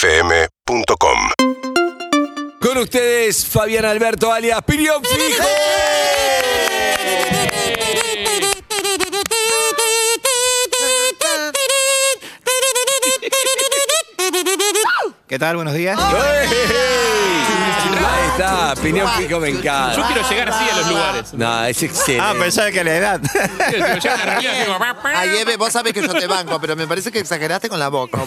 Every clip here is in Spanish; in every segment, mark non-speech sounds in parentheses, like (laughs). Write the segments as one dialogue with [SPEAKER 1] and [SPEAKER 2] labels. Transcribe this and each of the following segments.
[SPEAKER 1] UrbanaPlayFM.com
[SPEAKER 2] Con ustedes, Fabián Alberto alias Pirión Fijo.
[SPEAKER 3] ¿Qué tal? Buenos días.
[SPEAKER 2] Ahí está, Pirión Fijo me
[SPEAKER 4] Yo
[SPEAKER 2] encanta.
[SPEAKER 4] quiero llegar así a los lugares.
[SPEAKER 2] No, es excelente.
[SPEAKER 3] Ah, pensaba que la edad.
[SPEAKER 4] Quiero llegar a la reunión y digo, "Pa, pa".
[SPEAKER 5] (laughs) Ay, Eve, vos sabés que yo te banco, pero me parece que exageraste con la boca.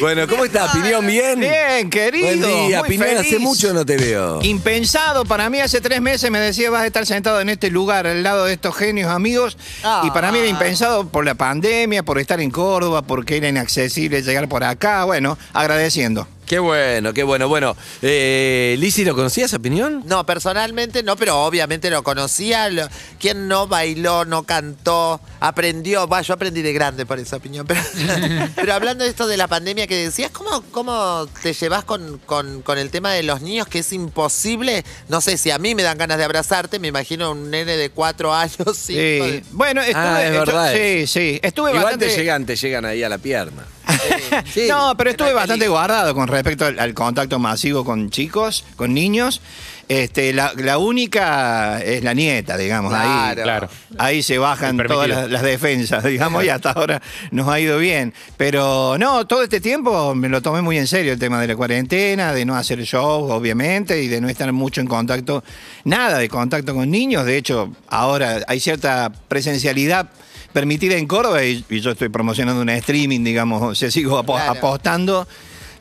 [SPEAKER 2] Bueno, ¿cómo está, Pirión? ¿Bien?
[SPEAKER 3] Ah, pues. Bien,
[SPEAKER 2] Buen
[SPEAKER 3] querido.
[SPEAKER 2] día,
[SPEAKER 3] Muy
[SPEAKER 2] Pirión. Hace
[SPEAKER 3] feliz.
[SPEAKER 2] mucho no te veo.
[SPEAKER 3] Impensado, para mí hace tres meses me decía vas a estar sentado en este lugar, al lado de estos genios amigos.
[SPEAKER 5] Ah.
[SPEAKER 3] Y para mí era impensado por la pandemia, por estar en Córdoba, porque era inaccesible llegar por acá. Bueno, agradeciendo.
[SPEAKER 2] Qué bueno, qué bueno. Bueno, eh, Lizzy, ¿lo conocías, a Pirión?
[SPEAKER 5] No, personalmente no, pero obviamente lo conocía. Lo- ¿Quién no bailó, no cantó, aprendió? Va, yo aprendí de grande por esa opinión. Pero, (laughs) pero hablando de esto de la pandemia que decías, ¿cómo, cómo te llevas con, con- con el tema de los niños que es imposible? No sé, si a mí me dan ganas de abrazarte, me imagino un nene de cuatro años, (laughs) cinco.
[SPEAKER 3] Sí. Bueno, estuve.
[SPEAKER 2] Ah, es
[SPEAKER 3] estu-
[SPEAKER 2] verdad.
[SPEAKER 3] Sí, sí. Estuve
[SPEAKER 2] Igual
[SPEAKER 3] bastante.
[SPEAKER 2] te
[SPEAKER 3] (laughs)
[SPEAKER 2] llegan, te llegan ahí a la pierna. Sí.
[SPEAKER 3] no, pero
[SPEAKER 5] en
[SPEAKER 3] estuve
[SPEAKER 5] la
[SPEAKER 3] bastante
[SPEAKER 5] película.
[SPEAKER 3] guardado con respecto al, al contacto masivo con chicos, con niños. Este, la, la única es la nieta, digamos. Ahí,
[SPEAKER 5] Claro.
[SPEAKER 4] Claro.
[SPEAKER 3] ahí se bajan
[SPEAKER 4] El
[SPEAKER 3] todas
[SPEAKER 4] permitido.
[SPEAKER 3] las, las defensas, (laughs) digamos, y hasta ahora nos ha ido bien. Pero no, todo este tiempo me lo tomé muy en serio el tema de la cuarentena, de no hacer shows, obviamente, y de no estar mucho en contacto, nada de contacto con niños. De hecho, ahora hay cierta presencialidad permitida en Córdoba y, y yo estoy promocionando un streaming, digamos, o sea, sigo apo-
[SPEAKER 5] Claro.
[SPEAKER 3] apostando.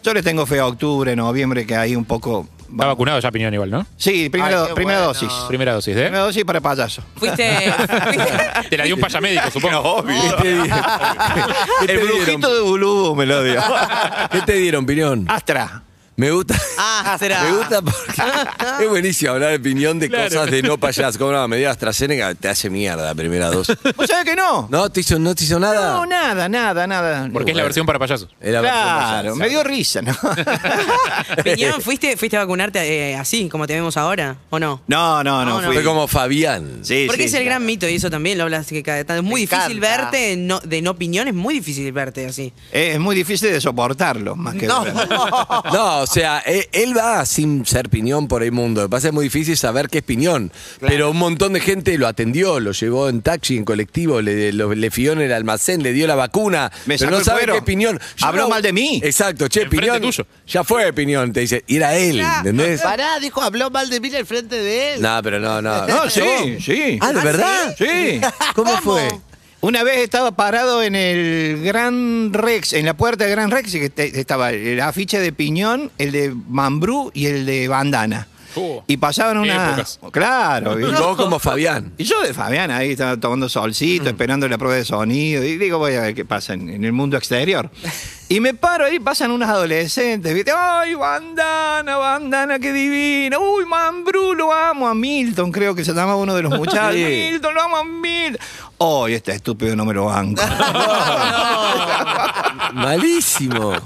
[SPEAKER 3] Yo le tengo fe a octubre, noviembre, que hay un poco...
[SPEAKER 4] Está vacunado ya, Piñón, igual, ¿no?
[SPEAKER 3] Sí, primera,
[SPEAKER 5] Ay, qué
[SPEAKER 3] primera
[SPEAKER 5] bueno.
[SPEAKER 3] dosis.
[SPEAKER 4] Primera dosis,
[SPEAKER 3] Primera
[SPEAKER 4] ¿eh?
[SPEAKER 3] dosis para payaso. (laughs)
[SPEAKER 6] Fuiste. fuiste-
[SPEAKER 4] Te la dio un payamédico, supongo.
[SPEAKER 2] ¿Qué te
[SPEAKER 3] Este
[SPEAKER 2] dieron? ¿Qué
[SPEAKER 3] El
[SPEAKER 2] te dieron?
[SPEAKER 3] brujito de Bulú me lo dio.
[SPEAKER 2] ¿Qué te dieron, Pirión?
[SPEAKER 3] (laughs) Astra.
[SPEAKER 2] Me gusta.
[SPEAKER 6] Ah, será.
[SPEAKER 2] Me gusta
[SPEAKER 3] (laughs)
[SPEAKER 2] porque es buenísimo hablar de opinión de
[SPEAKER 4] Claro.
[SPEAKER 2] cosas de no payaso. Como no, me dio AstraZeneca, te hace mierda la primera
[SPEAKER 3] (laughs)
[SPEAKER 2] dosis.
[SPEAKER 3] ¿Vos sabés que no?
[SPEAKER 2] ¿No te hizo, no te hizo nada?
[SPEAKER 3] No, nada, nada, nada.
[SPEAKER 4] Porque es la versión para payasos.
[SPEAKER 2] Era
[SPEAKER 3] Claro,
[SPEAKER 2] versión
[SPEAKER 3] me dio
[SPEAKER 2] payaso.
[SPEAKER 3] risa, ¿no?
[SPEAKER 6] Piñón, ¿fuiste, ¿Fuiste a vacunarte eh, así, como te vemos ahora? ¿O no?
[SPEAKER 3] (laughs) No, no, no,
[SPEAKER 6] No, no.
[SPEAKER 3] fui.
[SPEAKER 2] Fue como Fabián.
[SPEAKER 3] Sí,
[SPEAKER 6] Porque
[SPEAKER 3] sí,
[SPEAKER 6] es el
[SPEAKER 3] claro.
[SPEAKER 6] gran mito, y eso también lo hablas que cada tanto. Es muy
[SPEAKER 5] Me
[SPEAKER 6] difícil
[SPEAKER 5] encanta.
[SPEAKER 6] verte no, de no opinión, es muy difícil verte así.
[SPEAKER 3] Eh, es muy difícil de soportarlo, más que
[SPEAKER 5] No.
[SPEAKER 3] (laughs)
[SPEAKER 2] No, o sea, él, él va sin ser piñón por el mundo. Lo que pasa es muy difícil saber qué es piñón. Pero un montón de gente lo atendió, lo llevó en taxi, en colectivo, le, lo- le fió en el almacén, le dio la vacuna.
[SPEAKER 3] Me
[SPEAKER 2] pero
[SPEAKER 3] sacó
[SPEAKER 2] no
[SPEAKER 3] el
[SPEAKER 2] sabe
[SPEAKER 3] cuero.
[SPEAKER 2] qué es piñón.
[SPEAKER 3] Habló
[SPEAKER 2] no-
[SPEAKER 3] mal de mí.
[SPEAKER 2] Exacto, che,
[SPEAKER 4] Enfrente
[SPEAKER 2] piñón.
[SPEAKER 4] tuyo.
[SPEAKER 2] Ya fue piñón, te dice. Y era él, ¿entendés?
[SPEAKER 5] Pará, dijo, habló mal de mí al frente de él.
[SPEAKER 2] No, pero no, no.
[SPEAKER 3] No, sí, sí.
[SPEAKER 2] Ah, ¿de verdad?
[SPEAKER 3] Sí.
[SPEAKER 2] ¿Cómo, fue?
[SPEAKER 3] (laughs) Una vez estaba parado en el Gran Rex, en la puerta del Gran Rex, y que te- estaba el afiche de Piñón, el de Mambrú y el de Bandana.
[SPEAKER 4] Oh.
[SPEAKER 3] Y pasaban una...
[SPEAKER 4] Épocas.
[SPEAKER 3] Claro.
[SPEAKER 2] Y
[SPEAKER 3] y-
[SPEAKER 2] vos como Fabián.
[SPEAKER 3] Y yo de Fabián ahí estaba tomando solcito, esperando la prueba de sonido. Y digo, voy a ver qué pasa en, en el
[SPEAKER 2] (laughs)
[SPEAKER 3] mundo exterior. Y me paro ahí, pasan unas adolescentes. ¿viste? ¡Ay, bandana, bandana, qué divina! ¡Uy, Mambrú, lo amo a Milton! Creo que se llama uno de los
[SPEAKER 2] (laughs)
[SPEAKER 3] muchachos.
[SPEAKER 2] Sí.
[SPEAKER 3] ¡Milton, lo amo a Milton! ¡Ay, este estúpido no me
[SPEAKER 2] (laughs)
[SPEAKER 3] lo banco! (laughs) (laughs)
[SPEAKER 2] Malísimo.
[SPEAKER 3] Sí,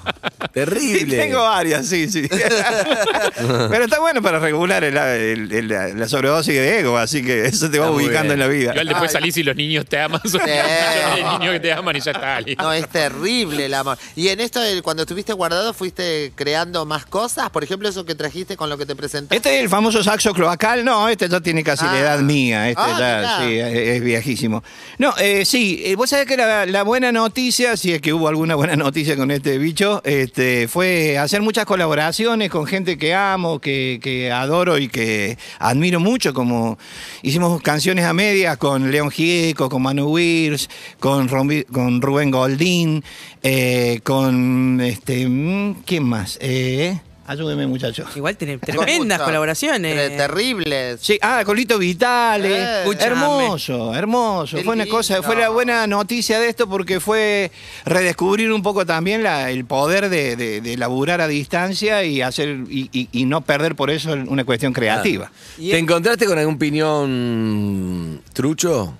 [SPEAKER 2] Terrible.
[SPEAKER 3] Tengo varias,
[SPEAKER 2] (laughs)
[SPEAKER 3] sí, sí. Pero está bueno para regular el- el- el- la- la sobredosis de ego, así que eso te va
[SPEAKER 2] Está muy bien.
[SPEAKER 3] ubicando en la vida.
[SPEAKER 4] Igual después salís y los niños te aman. (laughs) Son millones de niños que te aman y ya está. listo.
[SPEAKER 5] No, es terrible el amor. Y en esto, del- cuando estuviste guardado, fuiste creando más cosas. Por ejemplo, eso que trajiste con lo que te presenté.
[SPEAKER 3] Este es el famoso saxo cloacal. No, este ya tiene casi la
[SPEAKER 5] Ah.
[SPEAKER 3] edad mía. Este
[SPEAKER 5] Ah,
[SPEAKER 3] ya
[SPEAKER 5] mirá.
[SPEAKER 3] sí, es, es viejísimo. No, eh, sí, eh, vos sabés que la, la buena noticia, si es que hubo alguna buena noticia con este bicho, este, fue hacer muchas colaboraciones con gente que amo, que, que adoro y que admiro mucho. Como hicimos canciones a medias con León Gieco, con Manu Weirs, con, Rombi- con Rubén Goldín, eh, con. Este, mm, ¿Quién más? Eh, ayúdeme, muchachos.
[SPEAKER 6] Igual tiene
[SPEAKER 5] Con
[SPEAKER 6] tremendas
[SPEAKER 5] mucho-
[SPEAKER 6] colaboraciones.
[SPEAKER 5] tre- terribles.
[SPEAKER 3] Sí, ah, Colito Vitale.
[SPEAKER 5] Eh.
[SPEAKER 6] Escúchame.
[SPEAKER 3] hermoso, hermoso.
[SPEAKER 5] Qué
[SPEAKER 3] Fue una cosa,
[SPEAKER 5] lindo.
[SPEAKER 3] fue la buena noticia de esto porque fue redescubrir un poco también la- el poder de, de- de laburar a distancia y hacer y, y- y no perder por eso una cuestión creativa.
[SPEAKER 2] ¿Te encontraste con algún piñón trucho?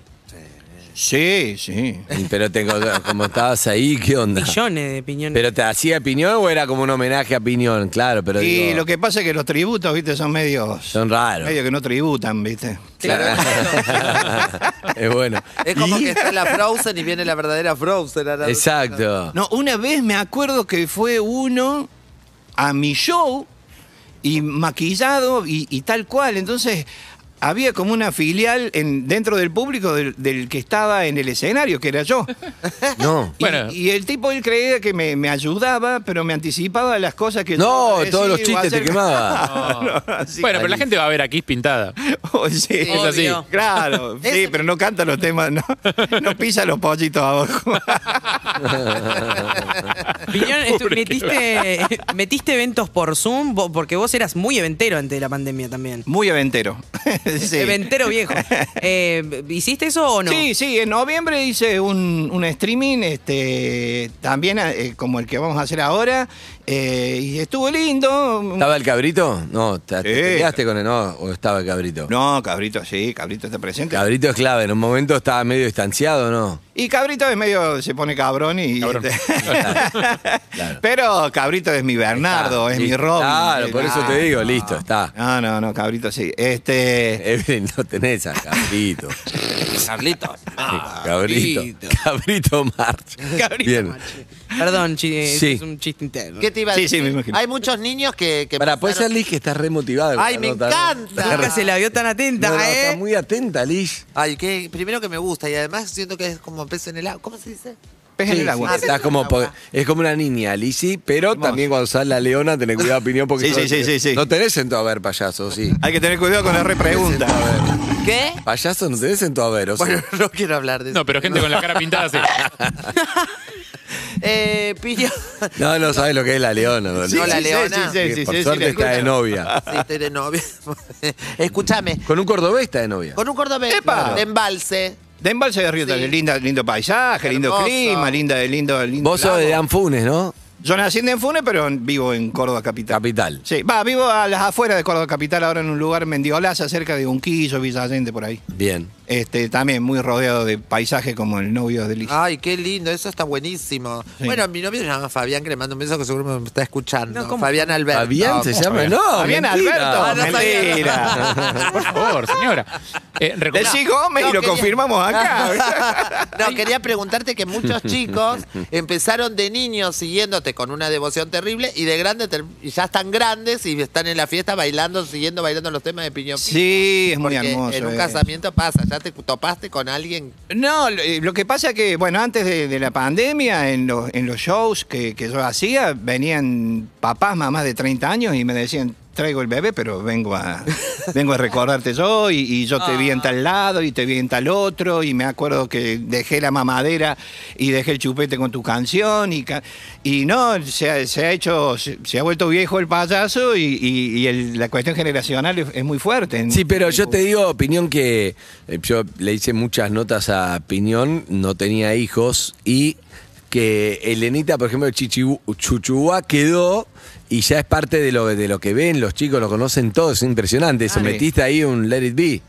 [SPEAKER 3] Sí, sí.
[SPEAKER 2] Pero tengo, como estabas ahí, ¿qué onda?
[SPEAKER 6] Millones de piñones.
[SPEAKER 2] ¿Pero te hacía Piñón o era como un homenaje a Piñón? Claro, pero
[SPEAKER 3] y
[SPEAKER 2] digo,
[SPEAKER 3] lo que pasa es que los tributos, viste, son medios.
[SPEAKER 2] son raros.
[SPEAKER 3] Medio que no tributan, viste.
[SPEAKER 5] Claro.
[SPEAKER 2] (laughs) es bueno.
[SPEAKER 5] Es como
[SPEAKER 2] Y-
[SPEAKER 5] que está la Frozen y viene la verdadera Frozen. a la-
[SPEAKER 2] Exacto.
[SPEAKER 3] No, una vez me acuerdo que fue uno a mi show y maquillado y, y tal cual. Entonces había como una filial en, dentro del público del, del que estaba en el escenario, que era
[SPEAKER 4] (laughs)
[SPEAKER 3] yo.
[SPEAKER 2] No.
[SPEAKER 3] Y-
[SPEAKER 4] Bueno.
[SPEAKER 3] Y, el tipo él creía que me, me ayudaba, pero me anticipaba las cosas que
[SPEAKER 2] No,
[SPEAKER 3] yo iba a
[SPEAKER 2] todos los
[SPEAKER 3] decir o
[SPEAKER 2] chistes te
[SPEAKER 3] hacer.
[SPEAKER 2] quemaba.
[SPEAKER 3] (laughs) No, así-
[SPEAKER 4] Bueno, pero la gente va a ver aquí pintada.
[SPEAKER 3] (laughs) Oh, sí.
[SPEAKER 4] Es así.
[SPEAKER 6] Obvio.
[SPEAKER 4] (laughs)
[SPEAKER 3] Claro, sí,
[SPEAKER 5] Ese-
[SPEAKER 3] pero no canta los temas, no, no pisa los
[SPEAKER 2] (laughs)
[SPEAKER 3] pollitos abajo.
[SPEAKER 6] Piñón,
[SPEAKER 3] (laughs)
[SPEAKER 6] estu-
[SPEAKER 4] Pobre
[SPEAKER 6] metiste, metiste eventos por Zoom vo- porque vos eras muy eventero antes de la pandemia también.
[SPEAKER 3] Muy aventero. (laughs) Sí.
[SPEAKER 6] Eventero
[SPEAKER 3] (laughs)
[SPEAKER 6] viejo. Eh, ¿Hiciste eso o no?
[SPEAKER 3] Sí, sí, en noviembre hice un, un streaming, este, también eh, como el que vamos a hacer ahora, eh, y estuvo lindo.
[SPEAKER 2] ¿Estaba el cabrito? No, te, te
[SPEAKER 3] Sí.
[SPEAKER 2] peleaste con él, no, o estaba el cabrito.
[SPEAKER 3] No, Cabrito, sí, Cabrito está presente.
[SPEAKER 2] Cabrito es clave, en un momento estaba medio distanciado, ¿no?
[SPEAKER 3] y Cabrito es medio, se pone cabrón y...
[SPEAKER 2] (laughs)
[SPEAKER 4] Cabrón.
[SPEAKER 3] este,
[SPEAKER 2] Claro.
[SPEAKER 3] (laughs) Pero Cabrito es mi Bernardo,
[SPEAKER 2] Está,
[SPEAKER 3] es mi
[SPEAKER 2] listo.
[SPEAKER 3] Robin.
[SPEAKER 2] Claro, por eso te digo,
[SPEAKER 3] no.
[SPEAKER 2] listo, está.
[SPEAKER 3] No, no, no, Cabrito sí. Este...
[SPEAKER 2] (laughs) Evelyn, no tenés a cabrito.
[SPEAKER 5] Carlitos.
[SPEAKER 2] cabrito. Cabrito March.
[SPEAKER 6] Cabrito
[SPEAKER 2] Bien.
[SPEAKER 6] macho. Perdón, chi- eh,
[SPEAKER 2] Sí.
[SPEAKER 6] es un chiste interno.
[SPEAKER 5] ¿Qué te iba a
[SPEAKER 3] Sí,
[SPEAKER 5] decir?
[SPEAKER 3] sí, me imagino.
[SPEAKER 5] Hay muchos niños que. que
[SPEAKER 2] Para, ¿puede ser
[SPEAKER 5] pasaron-
[SPEAKER 2] Liz que está remotivada? con
[SPEAKER 5] Ay,
[SPEAKER 2] la
[SPEAKER 5] me
[SPEAKER 2] nota?
[SPEAKER 5] encanta.
[SPEAKER 2] Está re-
[SPEAKER 6] Nunca se la vio tan atenta,
[SPEAKER 2] No, no,
[SPEAKER 6] ¿eh?
[SPEAKER 2] está muy atenta, Liz.
[SPEAKER 5] Ay, que primero que me gusta y además siento que es como pez en el agua. ¿Cómo se dice?
[SPEAKER 3] Pez en el agua.
[SPEAKER 2] Estás como, po- es como una niña, Lizzy, pero también cuando sale la leona tenés cuidado opinión porque
[SPEAKER 3] Sí, sí, sí, sí, sí.
[SPEAKER 2] no tenés en tu haber payaso, sí.
[SPEAKER 3] Hay que tener cuidado con la repregunta.
[SPEAKER 5] ¿Qué?
[SPEAKER 2] Payaso no tenés en tu haber, o sea,
[SPEAKER 5] Bueno, (laughs) no quiero hablar de eso.
[SPEAKER 4] No, pero gente con la cara
[SPEAKER 3] (laughs)
[SPEAKER 4] pintada sí.
[SPEAKER 5] (laughs) Eh, Piñón.
[SPEAKER 2] No, no sabes lo que es la leona. ¿no?
[SPEAKER 5] Sí, No, la
[SPEAKER 3] sí,
[SPEAKER 5] leona.
[SPEAKER 3] sí, sí,
[SPEAKER 2] Que
[SPEAKER 3] sí,
[SPEAKER 2] por
[SPEAKER 3] sí, sí,
[SPEAKER 2] suerte
[SPEAKER 3] la
[SPEAKER 2] está de
[SPEAKER 3] escucho.
[SPEAKER 2] novia.
[SPEAKER 5] Sí, estoy de novia. (laughs) Escúchame.
[SPEAKER 2] Con un cordobés está de novia.
[SPEAKER 5] Con un cordobés
[SPEAKER 3] ¡Epa!
[SPEAKER 5] de embalse.
[SPEAKER 3] De embalse de Río
[SPEAKER 5] Sí.
[SPEAKER 3] Talleres, linda- lindo paisaje, lindo
[SPEAKER 5] Hermoso.
[SPEAKER 3] clima, linda, lindo, lindo.
[SPEAKER 2] Vos sos de
[SPEAKER 3] lago.
[SPEAKER 2] Danfunes, ¿no?
[SPEAKER 3] Yo nací en Funes, pero vivo en Córdoba capital.
[SPEAKER 2] Capital.
[SPEAKER 3] Sí, va, vivo a las afueras de Córdoba capital, ahora en un lugar mendiolaza, cerca de Unquillo, Villa Allende, por ahí.
[SPEAKER 2] Bien.
[SPEAKER 3] Este, también muy rodeado de paisajes como el novio de Liz.
[SPEAKER 2] Ah,
[SPEAKER 5] Ay, qué lindo, eso está buenísimo.
[SPEAKER 3] Sí.
[SPEAKER 5] Bueno, mi novio se llama Fabián, que le mando un beso que seguro me está escuchando.
[SPEAKER 6] No, ¿cómo?
[SPEAKER 5] Fabián Alberto.
[SPEAKER 2] Fabián se llama, no.
[SPEAKER 3] Fabián
[SPEAKER 2] mentira.
[SPEAKER 3] Alberto,
[SPEAKER 5] Ah, no sabía.
[SPEAKER 3] mentira.
[SPEAKER 4] Por favor, señora. Eh, recordá-
[SPEAKER 3] Decí Gómez
[SPEAKER 5] (laughs) No,
[SPEAKER 3] y lo
[SPEAKER 5] quería- (laughs)
[SPEAKER 3] confirmamos acá.
[SPEAKER 5] No, quería preguntarte que muchos
[SPEAKER 3] (laughs)
[SPEAKER 5] chicos empezaron de niños siguiéndote con una devoción terrible y de grandes ter- y ya están grandes y están en la fiesta bailando, siguiendo bailando los temas de Piñón Pi,
[SPEAKER 3] Sí, es muy
[SPEAKER 5] porque
[SPEAKER 3] hermoso.
[SPEAKER 5] En un
[SPEAKER 3] eh.
[SPEAKER 5] casamiento pasa, ya te topaste
[SPEAKER 6] (laughs)
[SPEAKER 5] con alguien.
[SPEAKER 3] No, lo, eh, lo que pasa es que, bueno, antes de, de la pandemia, en, los- en los shows que, que yo hacía, venían papás, mamás de 30 años y me decían, traigo el bebé, pero vengo
[SPEAKER 2] (laughs)
[SPEAKER 3] a, vengo a recordarte yo y, y yo te vi
[SPEAKER 2] Ah.
[SPEAKER 3] en tal lado y te vi en tal otro y me acuerdo que dejé la mamadera y dejé el chupete con tu canción y, ca- y no, se ha, se ha hecho, se, se ha vuelto viejo el payaso y, y- y el- la cuestión generacional es, es muy fuerte. en-
[SPEAKER 2] Sí, pero yo te digo, opinión que eh, yo le hice muchas notas a Piñón, no tenía hijos y que Elenita, por ejemplo, de Chichibu- Chuchuá quedó y ya es parte de lo, de lo que ven los chicos, lo conocen todos, es impresionante. Eso,
[SPEAKER 3] Ah, sí.
[SPEAKER 2] metiste ahí un Let It
[SPEAKER 3] (laughs)
[SPEAKER 2] Be.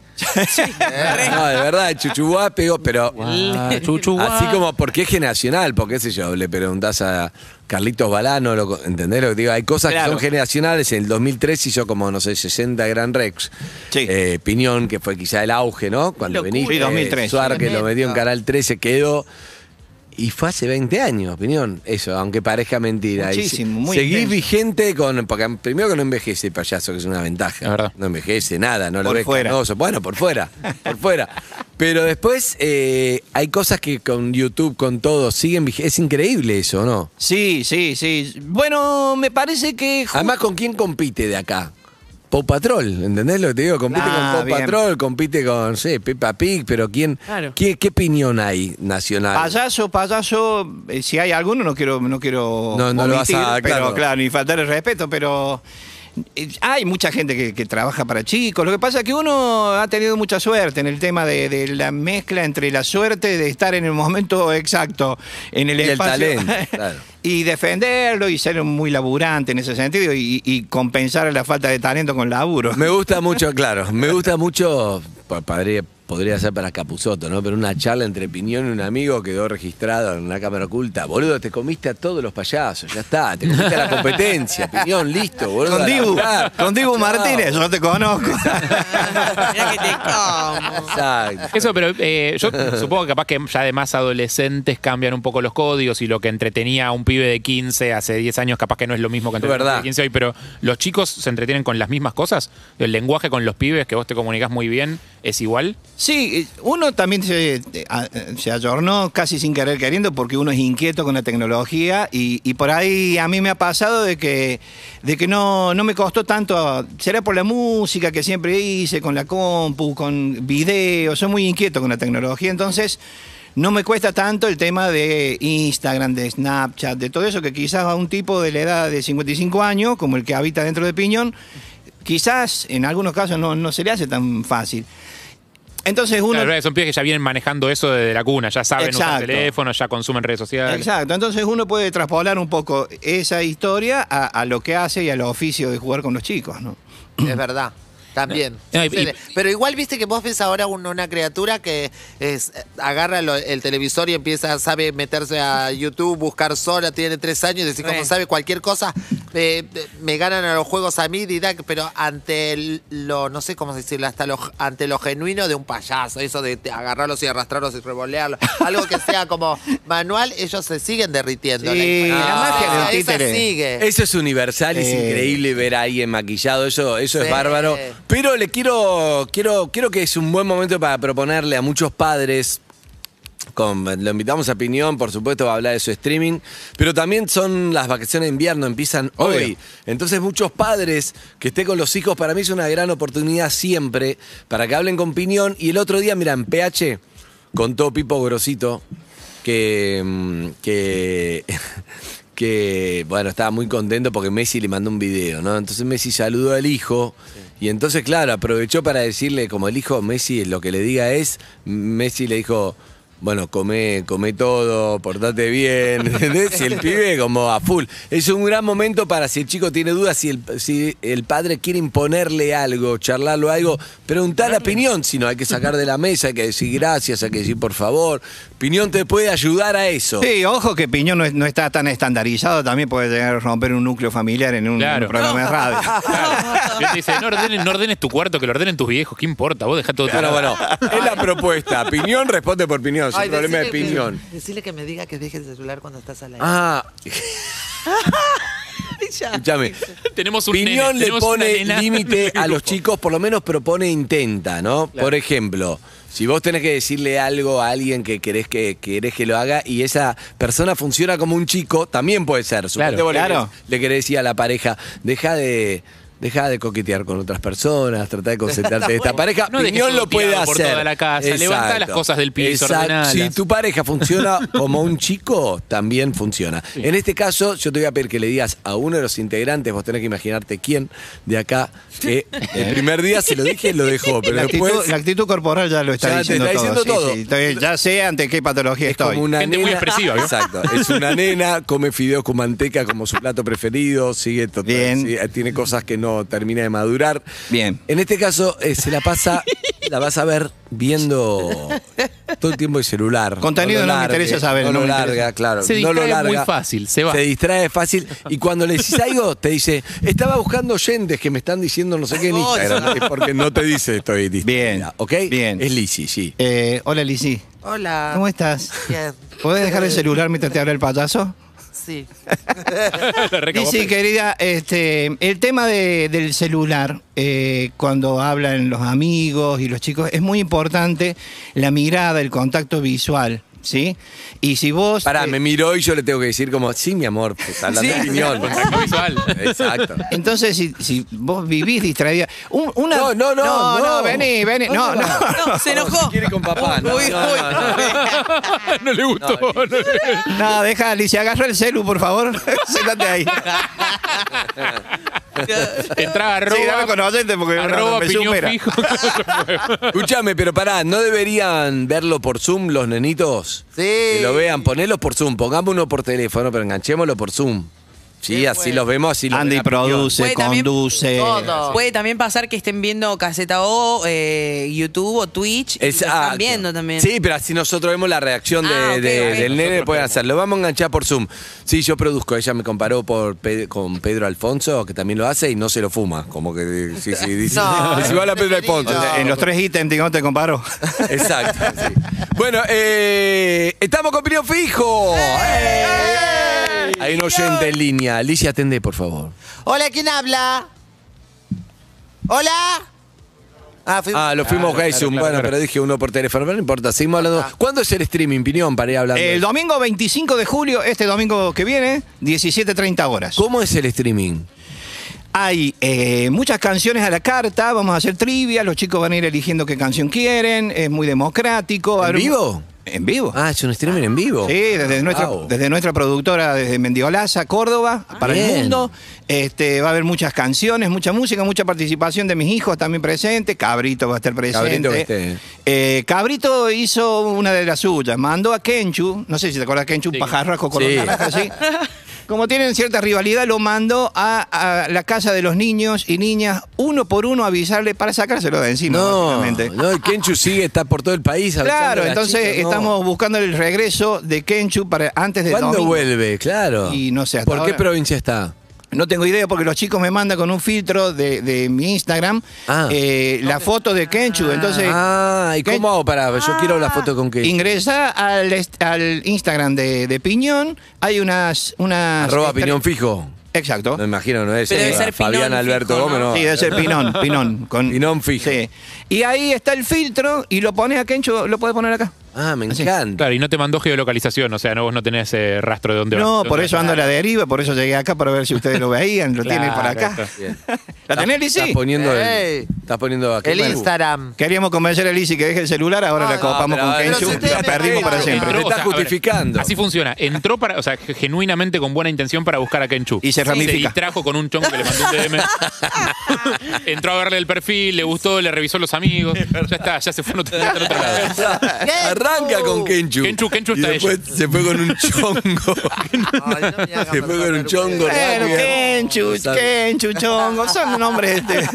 [SPEAKER 2] No, de verdad, Chuchuá pegó, pero
[SPEAKER 4] Ah,
[SPEAKER 2] así como porque es generacional, porque qué sé yo, le preguntás a Carlitos Balano, lo co- ¿entendés lo que te digo? Hay cosas que
[SPEAKER 3] Claro.
[SPEAKER 2] son generacionales, en el 2003 hizo como, no sé, 60 Gran Rex,
[SPEAKER 3] Sí.
[SPEAKER 2] Eh, Piñón, que fue quizá el auge, ¿no? Cuando
[SPEAKER 6] Locura.
[SPEAKER 2] viniste,
[SPEAKER 3] Sí, 2003.
[SPEAKER 2] Suar, que lo metió en
[SPEAKER 5] Tremendo.
[SPEAKER 2] Canal 13, quedó... Y fue hace 20 años, Piñón, eso, aunque parezca mentira. Y
[SPEAKER 3] Muchísimo, muy
[SPEAKER 2] Seguís
[SPEAKER 3] intenso.
[SPEAKER 2] vigente con. Porque primero que no envejece el payaso, que es una ventaja.
[SPEAKER 4] Es verdad.
[SPEAKER 2] No envejece nada, no lo
[SPEAKER 3] Por
[SPEAKER 2] ves
[SPEAKER 3] fuera.
[SPEAKER 2] carnoso. Bueno, por fuera, por fuera. Pero después eh, hay cosas que con YouTube, con todo, siguen vig- Es increíble eso, ¿no?
[SPEAKER 3] Sí, sí, sí. Bueno, me parece que... ju-
[SPEAKER 2] Además, ¿con quién compite de acá? Pop Patrol, ¿entendés lo que te digo? Compite
[SPEAKER 3] Ah,
[SPEAKER 2] con Pop
[SPEAKER 3] bien.
[SPEAKER 2] Patrol, compite con, sí, Peppa Pig, pero ¿quién,
[SPEAKER 6] Claro.
[SPEAKER 2] qué, qué opinión hay nacional?
[SPEAKER 3] Payaso, payaso, eh, si hay alguno, no quiero, no quiero
[SPEAKER 2] No, no lo vas
[SPEAKER 3] omitir,
[SPEAKER 2] a-
[SPEAKER 3] pero
[SPEAKER 2] claro.
[SPEAKER 3] claro. ni faltar el respeto, pero eh, hay mucha gente que, que trabaja para chicos. Lo que pasa es que uno ha tenido mucha suerte en el tema de, de la mezcla entre la suerte de estar en el momento exacto, en el
[SPEAKER 2] Y el
[SPEAKER 3] espacio. (laughs)
[SPEAKER 2] talento, claro.
[SPEAKER 3] Y defenderlo y ser muy laburante en ese sentido y, y compensar la falta de talento con laburo.
[SPEAKER 2] Me gusta mucho, claro, me gusta mucho, pa- padre- podría ser para Capuzoto, ¿no? Pero una charla entre Piñón y un amigo quedó registrada en una cámara oculta. Boludo, te comiste a todos los payasos, ya está. Te comiste a la competencia, Piñón, listo, boludo.
[SPEAKER 3] Con
[SPEAKER 2] a
[SPEAKER 3] Dibu,
[SPEAKER 2] laburar.
[SPEAKER 3] con Dibu
[SPEAKER 2] Chao.
[SPEAKER 3] Martínez, yo no te conozco.
[SPEAKER 6] Mirá que te
[SPEAKER 5] (laughs)
[SPEAKER 6] como.
[SPEAKER 2] Exacto.
[SPEAKER 4] Eso, pero eh, yo (laughs) supongo que capaz que ya de más adolescentes cambian un poco los códigos y lo que entretenía a un pibe de 15 hace 10 años capaz que no es lo mismo que
[SPEAKER 2] Es
[SPEAKER 4] entretiene un pibe
[SPEAKER 2] verdad.
[SPEAKER 4] de 15 hoy, pero los chicos se entretienen con las mismas cosas. El lenguaje con los pibes que vos te comunicás muy bien es igual.
[SPEAKER 3] (laughs) Sí, eh, uno también se, eh, a- eh, se ayornó casi sin querer queriendo porque uno es inquieto con la tecnología y, y por ahí a mí me ha pasado de que, de que no, no me costó tanto, será por la música que siempre hice, con la compu, con videos, soy muy inquieto con la tecnología, entonces no me cuesta tanto el tema de Instagram, de Snapchat, de todo eso que quizás a un tipo de la edad de 55 años, como el que habita dentro de Piñón, quizás en algunos casos no, no se le hace tan fácil. Entonces uno...
[SPEAKER 4] La verdad que son pibes que ya vienen manejando eso desde la cuna, ya saben usar
[SPEAKER 3] Exacto.
[SPEAKER 4] teléfono, ya consumen redes sociales.
[SPEAKER 3] Exacto, entonces uno puede traspolar un poco esa historia a, a lo que hace y a los oficios de jugar con los chicos, ¿no?
[SPEAKER 5] Es verdad. También.
[SPEAKER 4] No, y-
[SPEAKER 5] Sí,
[SPEAKER 4] y-
[SPEAKER 5] pero igual viste que vos ves ahora un- una criatura que es, eh, agarra lo- el televisor y empieza, sabe meterse a YouTube, buscar sola, tiene tres años y decir, como
[SPEAKER 6] Sí.
[SPEAKER 5] sabe cualquier cosa, eh, eh, me ganan a los juegos a mí, dirá, pero ante el- lo, no sé cómo decirlo, hasta lo, ante lo genuino de un payaso, eso de te- agarrarlos y arrastrarlos y revolearlos, algo que sea como manual, ellos se siguen derritiendo.
[SPEAKER 3] Sí,
[SPEAKER 5] la,
[SPEAKER 3] la magia del
[SPEAKER 5] Ah, esa
[SPEAKER 3] títere.
[SPEAKER 5] sigue.
[SPEAKER 2] Eso es universal, es
[SPEAKER 3] Eh.
[SPEAKER 2] increíble ver a alguien maquillado, eso, eso
[SPEAKER 5] Sí.
[SPEAKER 2] es bárbaro. Pero le quiero, quiero, quiero que es un buen momento para proponerle a muchos padres. con- lo invitamos a Piñón, por supuesto, va a hablar de su streaming. Pero también son las vacaciones de invierno, empiezan
[SPEAKER 4] Obvio.
[SPEAKER 2] hoy. Entonces, muchos padres que estén con los hijos, para mí es una gran oportunidad siempre para que hablen con Piñón. Y el otro día, mira, en PH contó Pipo Grosito que. mm, que (laughs) que, bueno, estaba muy contento porque Messi le mandó un video, ¿no? Entonces Messi saludó al hijo y entonces, claro, aprovechó para decirle, como el hijo Messi lo que le diga es, Messi le dijo, bueno, come, come todo, portate bien, (laughs) ¿entendés?
[SPEAKER 5] (laughs)
[SPEAKER 2] Y el pibe como a full. Es un gran momento para si el chico tiene dudas, si el, si el padre quiere imponerle algo, charlarlo algo, preguntar la opinión, si no hay que sacar de la mesa, hay que decir gracias, hay que decir por favor. Piñón te puede ayudar a eso.
[SPEAKER 3] Sí, ojo que Piñón no, es- no está tan estandarizado, también puede llegar a romper un núcleo familiar en un,
[SPEAKER 4] Claro.
[SPEAKER 3] un programa de (laughs) radio.
[SPEAKER 4] Y te dice, no ordenes, no ordenes tu cuarto, que lo ordenen tus viejos, ¿qué importa? Vos dejá todo tu
[SPEAKER 2] Bueno, bueno, es la propuesta. Piñón responde por piñón, sin
[SPEAKER 5] Ay,
[SPEAKER 2] problema de
[SPEAKER 5] decile que-
[SPEAKER 2] piñón.
[SPEAKER 5] Decile que me diga que deje el celular cuando estás al aire. (laughs)
[SPEAKER 2] Ah, escúchame.
[SPEAKER 4] (laughs) tenemos un nene,
[SPEAKER 2] Piñón le
[SPEAKER 4] tenemos una
[SPEAKER 2] pone
[SPEAKER 4] nena. (laughs)
[SPEAKER 2] límite a los chicos, por lo menos propone e intenta, ¿no? Por ejemplo, si vos tenés que decirle algo a alguien que querés que, querés que lo haga y esa persona funciona como un chico, también puede ser. Suponete
[SPEAKER 4] Claro,
[SPEAKER 2] vos le
[SPEAKER 3] claro.
[SPEAKER 2] querés- Le querés decir a la pareja, deja de... Deja de coquetear con otras personas, trata de concentrarte
[SPEAKER 4] (laughs)
[SPEAKER 2] en esta pareja.
[SPEAKER 4] No dejes
[SPEAKER 2] Piñón
[SPEAKER 4] todo
[SPEAKER 2] lo puede
[SPEAKER 4] tirado
[SPEAKER 2] hacer.
[SPEAKER 4] por toda la casa, levantá las cosas del piso,
[SPEAKER 2] Exacto.
[SPEAKER 4] ordenalas.
[SPEAKER 2] Si tu pareja
[SPEAKER 3] (laughs)
[SPEAKER 2] funciona como un chico, también funciona. En este caso, yo te voy a pedir que le digas a uno de los integrantes, vos tenés que imaginarte quién de acá, que el primer día se lo dije y lo dejó, pero
[SPEAKER 3] (laughs) La actitud,
[SPEAKER 2] después
[SPEAKER 3] la actitud corporal ya lo está
[SPEAKER 2] Ya te
[SPEAKER 3] diciendo
[SPEAKER 2] está diciendo
[SPEAKER 3] todo. sí,
[SPEAKER 2] todo.
[SPEAKER 3] sí, estoy- ya sé ante qué patología
[SPEAKER 2] es
[SPEAKER 3] estoy.
[SPEAKER 2] como una
[SPEAKER 4] Gente muy
[SPEAKER 2] nena.
[SPEAKER 4] expresiva, ¿vio?
[SPEAKER 2] Exacto. Es una nena, come fideos con manteca como su plato preferido, sigue total-
[SPEAKER 3] Bien.
[SPEAKER 2] sí, tiene cosas que no termina de madurar.
[SPEAKER 3] Bien.
[SPEAKER 2] En este caso, eh, se la pasa, la vas a ver viendo todo el tiempo el celular.
[SPEAKER 3] Contenido no me interesa saber,
[SPEAKER 2] No,
[SPEAKER 3] no
[SPEAKER 2] lo
[SPEAKER 3] me interesa.
[SPEAKER 2] larga, claro.
[SPEAKER 4] Se
[SPEAKER 2] no lo
[SPEAKER 4] distrae muy
[SPEAKER 2] larga.
[SPEAKER 4] fácil, se va.
[SPEAKER 2] Se distrae fácil. Y cuando le decís algo, te dice, estaba buscando oyentes que me están diciendo no sé qué en Instagram. Es porque no te dice estoy
[SPEAKER 3] Oh, Bien.
[SPEAKER 2] distraída, ¿Ok?
[SPEAKER 3] Bien.
[SPEAKER 2] Es Lisi, sí.
[SPEAKER 3] Eh, hola, Lisi.
[SPEAKER 5] Hola.
[SPEAKER 3] ¿Cómo estás?
[SPEAKER 5] Bien.
[SPEAKER 3] ¿Podés dejar el celular mientras te habla el payaso?
[SPEAKER 5] Sí.
[SPEAKER 4] La recagó.
[SPEAKER 3] Dice, querida, este, el tema de- del celular, eh, cuando hablan los amigos y los chicos, es muy importante la mirada, el contacto visual, ¿sí? Y si vos...
[SPEAKER 2] Pará,
[SPEAKER 3] eh,
[SPEAKER 2] me miró y yo le tengo que decir como, sí, mi amor,
[SPEAKER 6] (laughs)
[SPEAKER 2] pues hablando de piñón.
[SPEAKER 4] Contacto visual.
[SPEAKER 2] Exacto.
[SPEAKER 3] entonces, si, si vos vivís distraída... un- una,
[SPEAKER 2] No, no, no,
[SPEAKER 3] No,
[SPEAKER 2] (laughs) no.
[SPEAKER 3] vení, vení. No, no.
[SPEAKER 6] No, se enojó.
[SPEAKER 2] Si quiere con papá, no,
[SPEAKER 6] Uy,
[SPEAKER 2] no,
[SPEAKER 6] uy.
[SPEAKER 2] no, no.
[SPEAKER 4] (laughs) no le gustó. no le-
[SPEAKER 3] No, deja, Alicia, agarra el celu,
[SPEAKER 2] (laughs)
[SPEAKER 3] por favor. (laughs) Séntate ahí.
[SPEAKER 4] Entrá, arroba.
[SPEAKER 3] Sí, dame con oyente porque no, no,
[SPEAKER 4] arroba
[SPEAKER 3] me
[SPEAKER 4] piñón
[SPEAKER 3] supera.
[SPEAKER 4] fijo.
[SPEAKER 2] Escúchame, pero pará, ¿no deberían verlo por Zoom los nenitos?
[SPEAKER 5] Sí.
[SPEAKER 2] Que lo vean, ponelos por Zoom, pongamos uno por teléfono, pero enganchémoslo por Zoom. Sí, así los vemos, así los
[SPEAKER 3] Andy
[SPEAKER 2] ve la opinión.
[SPEAKER 3] produce,
[SPEAKER 6] Puede también-
[SPEAKER 3] conduce.
[SPEAKER 6] (laughs)
[SPEAKER 5] Todo.
[SPEAKER 6] Puede también pasar que estén viendo Caseta O, eh, YouTube o Twitch. y lo
[SPEAKER 2] Exacto.
[SPEAKER 6] están viendo también.
[SPEAKER 2] ah, Sí, pero así nosotros vemos la reacción de-
[SPEAKER 6] Ah,
[SPEAKER 2] de-
[SPEAKER 6] ok, ok.
[SPEAKER 2] del nene,
[SPEAKER 4] Nosotros
[SPEAKER 2] pueden
[SPEAKER 4] vemos.
[SPEAKER 2] hacerlo. Vamos a enganchar por Zoom. Sí, yo produzco. Ella me comparó por Pe- con Pedro Alfonso, que también lo hace y no se lo fuma. Como que eh, sí,
[SPEAKER 6] (laughs)
[SPEAKER 2] sí, dice. (laughs)
[SPEAKER 5] No,
[SPEAKER 2] es igual a Pedro Alfonso.
[SPEAKER 5] no.
[SPEAKER 3] En los tres ítems, digamos, te comparo.
[SPEAKER 2] Exacto. sí. Bueno, eh, estamos con Pino Fijo. ¡Eh! Hay un oyente en línea. Alicia, atende, por favor.
[SPEAKER 5] Hola, ¿quién habla? Hola. Ah, fui-
[SPEAKER 2] Ah, lo fuimos a Zoom.
[SPEAKER 4] claro,
[SPEAKER 2] bueno,
[SPEAKER 4] claro.
[SPEAKER 2] pero dije uno por teléfono, pero no importa. Seguimos hablando. ¿Cuándo es el streaming, Pinión, para ir hablando? de
[SPEAKER 3] El
[SPEAKER 2] eso?
[SPEAKER 3] domingo 25 de julio, este domingo que viene, 17.30 horas.
[SPEAKER 2] ¿Cómo es el streaming?
[SPEAKER 3] Hay eh, muchas canciones a la carta, vamos a hacer trivia, los chicos van a ir eligiendo qué canción quieren, es muy democrático. va a
[SPEAKER 2] ¿En
[SPEAKER 3] haber un-
[SPEAKER 2] vivo?
[SPEAKER 3] En vivo.
[SPEAKER 2] Ah, es un streaming en vivo. Ah,
[SPEAKER 3] Sí, desde, nuestra,
[SPEAKER 2] Wow. Ah,
[SPEAKER 3] desde nuestra productora, desde Mendiolaza, Córdoba, para el
[SPEAKER 2] Bien.
[SPEAKER 3] mundo. Este, va a haber muchas canciones, mucha música, mucha participación de mis hijos también presentes. Cabrito va a estar presente.
[SPEAKER 2] Cabrito que esté.
[SPEAKER 3] Eh, Cabrito hizo una de las suyas. Mandó a Kenchu, no sé si te acuerdas, Kenchu, un
[SPEAKER 4] Sí.
[SPEAKER 3] pajarraco con
[SPEAKER 2] Sí.
[SPEAKER 3] los
[SPEAKER 2] (laughs)
[SPEAKER 3] naranjas, así. Como tienen cierta rivalidad, lo mandó a, a la casa de los niños y niñas, uno por uno, a avisarle para sacárselo de encima.
[SPEAKER 2] No,
[SPEAKER 3] básicamente.
[SPEAKER 2] no, el Kenchu sigue, está por todo el país. avisando
[SPEAKER 3] Claro,
[SPEAKER 2] a las
[SPEAKER 3] entonces
[SPEAKER 2] chicas, no.
[SPEAKER 3] estamos buscando el regreso de Kenchu para antes de
[SPEAKER 2] ¿Cuándo
[SPEAKER 3] domingo.
[SPEAKER 2] vuelve? Claro.
[SPEAKER 3] Y no sé, hasta
[SPEAKER 2] ¿Por qué
[SPEAKER 3] ahora-
[SPEAKER 2] provincia está?
[SPEAKER 3] No tengo idea porque los chicos me mandan con un filtro de, de mi Instagram
[SPEAKER 2] Ah.
[SPEAKER 3] eh, la foto de Kenchu. Entonces,
[SPEAKER 2] Ah, ¿y
[SPEAKER 3] Ken-
[SPEAKER 2] cómo hago para.? Yo quiero la foto con Kenchu.
[SPEAKER 3] ingresa al, est- al Instagram de, de Piñón. Hay unas. unas
[SPEAKER 2] Arroba
[SPEAKER 3] estre-
[SPEAKER 2] Pinión Fijo.
[SPEAKER 3] Exacto.
[SPEAKER 2] No imagino, no es.
[SPEAKER 6] Pero debe
[SPEAKER 2] eh,
[SPEAKER 6] ser
[SPEAKER 2] Fabián
[SPEAKER 6] Pinón
[SPEAKER 2] Alberto
[SPEAKER 6] Fijo,
[SPEAKER 2] Gómez,
[SPEAKER 6] ¿no?
[SPEAKER 2] no.
[SPEAKER 3] Sí, debe ser Pinón, Pinón. Con,
[SPEAKER 2] Pinón fijo.
[SPEAKER 3] Sí. Y ahí está el filtro y lo pones a Kenchu, lo puedes poner acá.
[SPEAKER 2] Ah, me
[SPEAKER 3] Así.
[SPEAKER 2] encanta.
[SPEAKER 4] (laughs) Claro, y no te mandó geolocalización, o sea, no vos no tenés eh, rastro de dónde vas.
[SPEAKER 3] No, por
[SPEAKER 4] Entonces,
[SPEAKER 3] eso ando a la deriva, por eso llegué acá para ver si ustedes lo veían,
[SPEAKER 4] (laughs)
[SPEAKER 3] lo tienen
[SPEAKER 4] Claro,
[SPEAKER 3] para acá.
[SPEAKER 4] está
[SPEAKER 2] bien.
[SPEAKER 3] ¿La tenés, Lizzy?
[SPEAKER 2] Estás poniendo.
[SPEAKER 5] Ey.
[SPEAKER 2] El, estás poniendo aquí.
[SPEAKER 5] el
[SPEAKER 2] Bueno. (laughs)
[SPEAKER 5] Instagram.
[SPEAKER 3] Queríamos convencer a Lizzy que deje el celular, ahora
[SPEAKER 5] No,
[SPEAKER 3] la
[SPEAKER 5] no,
[SPEAKER 3] copamos
[SPEAKER 2] pero
[SPEAKER 3] con
[SPEAKER 2] ahora-
[SPEAKER 5] Pero si
[SPEAKER 3] Kenchu,
[SPEAKER 5] ustedes
[SPEAKER 3] la
[SPEAKER 5] me
[SPEAKER 3] perdimos para
[SPEAKER 5] mandaron-
[SPEAKER 3] siempre.
[SPEAKER 2] Te
[SPEAKER 4] o sea,
[SPEAKER 2] estás
[SPEAKER 4] a ver,
[SPEAKER 2] justificando.
[SPEAKER 4] así funciona. Entró para, o sea, ge- genuinamente con buena intención para buscar a Kenchu.
[SPEAKER 3] Y se ramifica.
[SPEAKER 4] Se distrajo con un chongo que le mandó
[SPEAKER 3] (laughs)
[SPEAKER 4] un DM. Entró a verle el perfil, le gustó, le revisó los amigos. Ya está, ya se fue a otro, a otro lado.
[SPEAKER 2] Arranca con Kenchu.
[SPEAKER 4] Kenchu, Kenchu
[SPEAKER 2] Y
[SPEAKER 4] está
[SPEAKER 2] después se fue con un
[SPEAKER 6] (laughs)
[SPEAKER 2] chongo.
[SPEAKER 5] Ay, no me hagan
[SPEAKER 2] se fue con
[SPEAKER 5] pasar
[SPEAKER 2] un chongo.
[SPEAKER 5] vergüenza.
[SPEAKER 3] Bueno,
[SPEAKER 2] rápido.
[SPEAKER 3] Kenchu,
[SPEAKER 2] Sabe.
[SPEAKER 3] Kenchu, Chongo, son nombres este.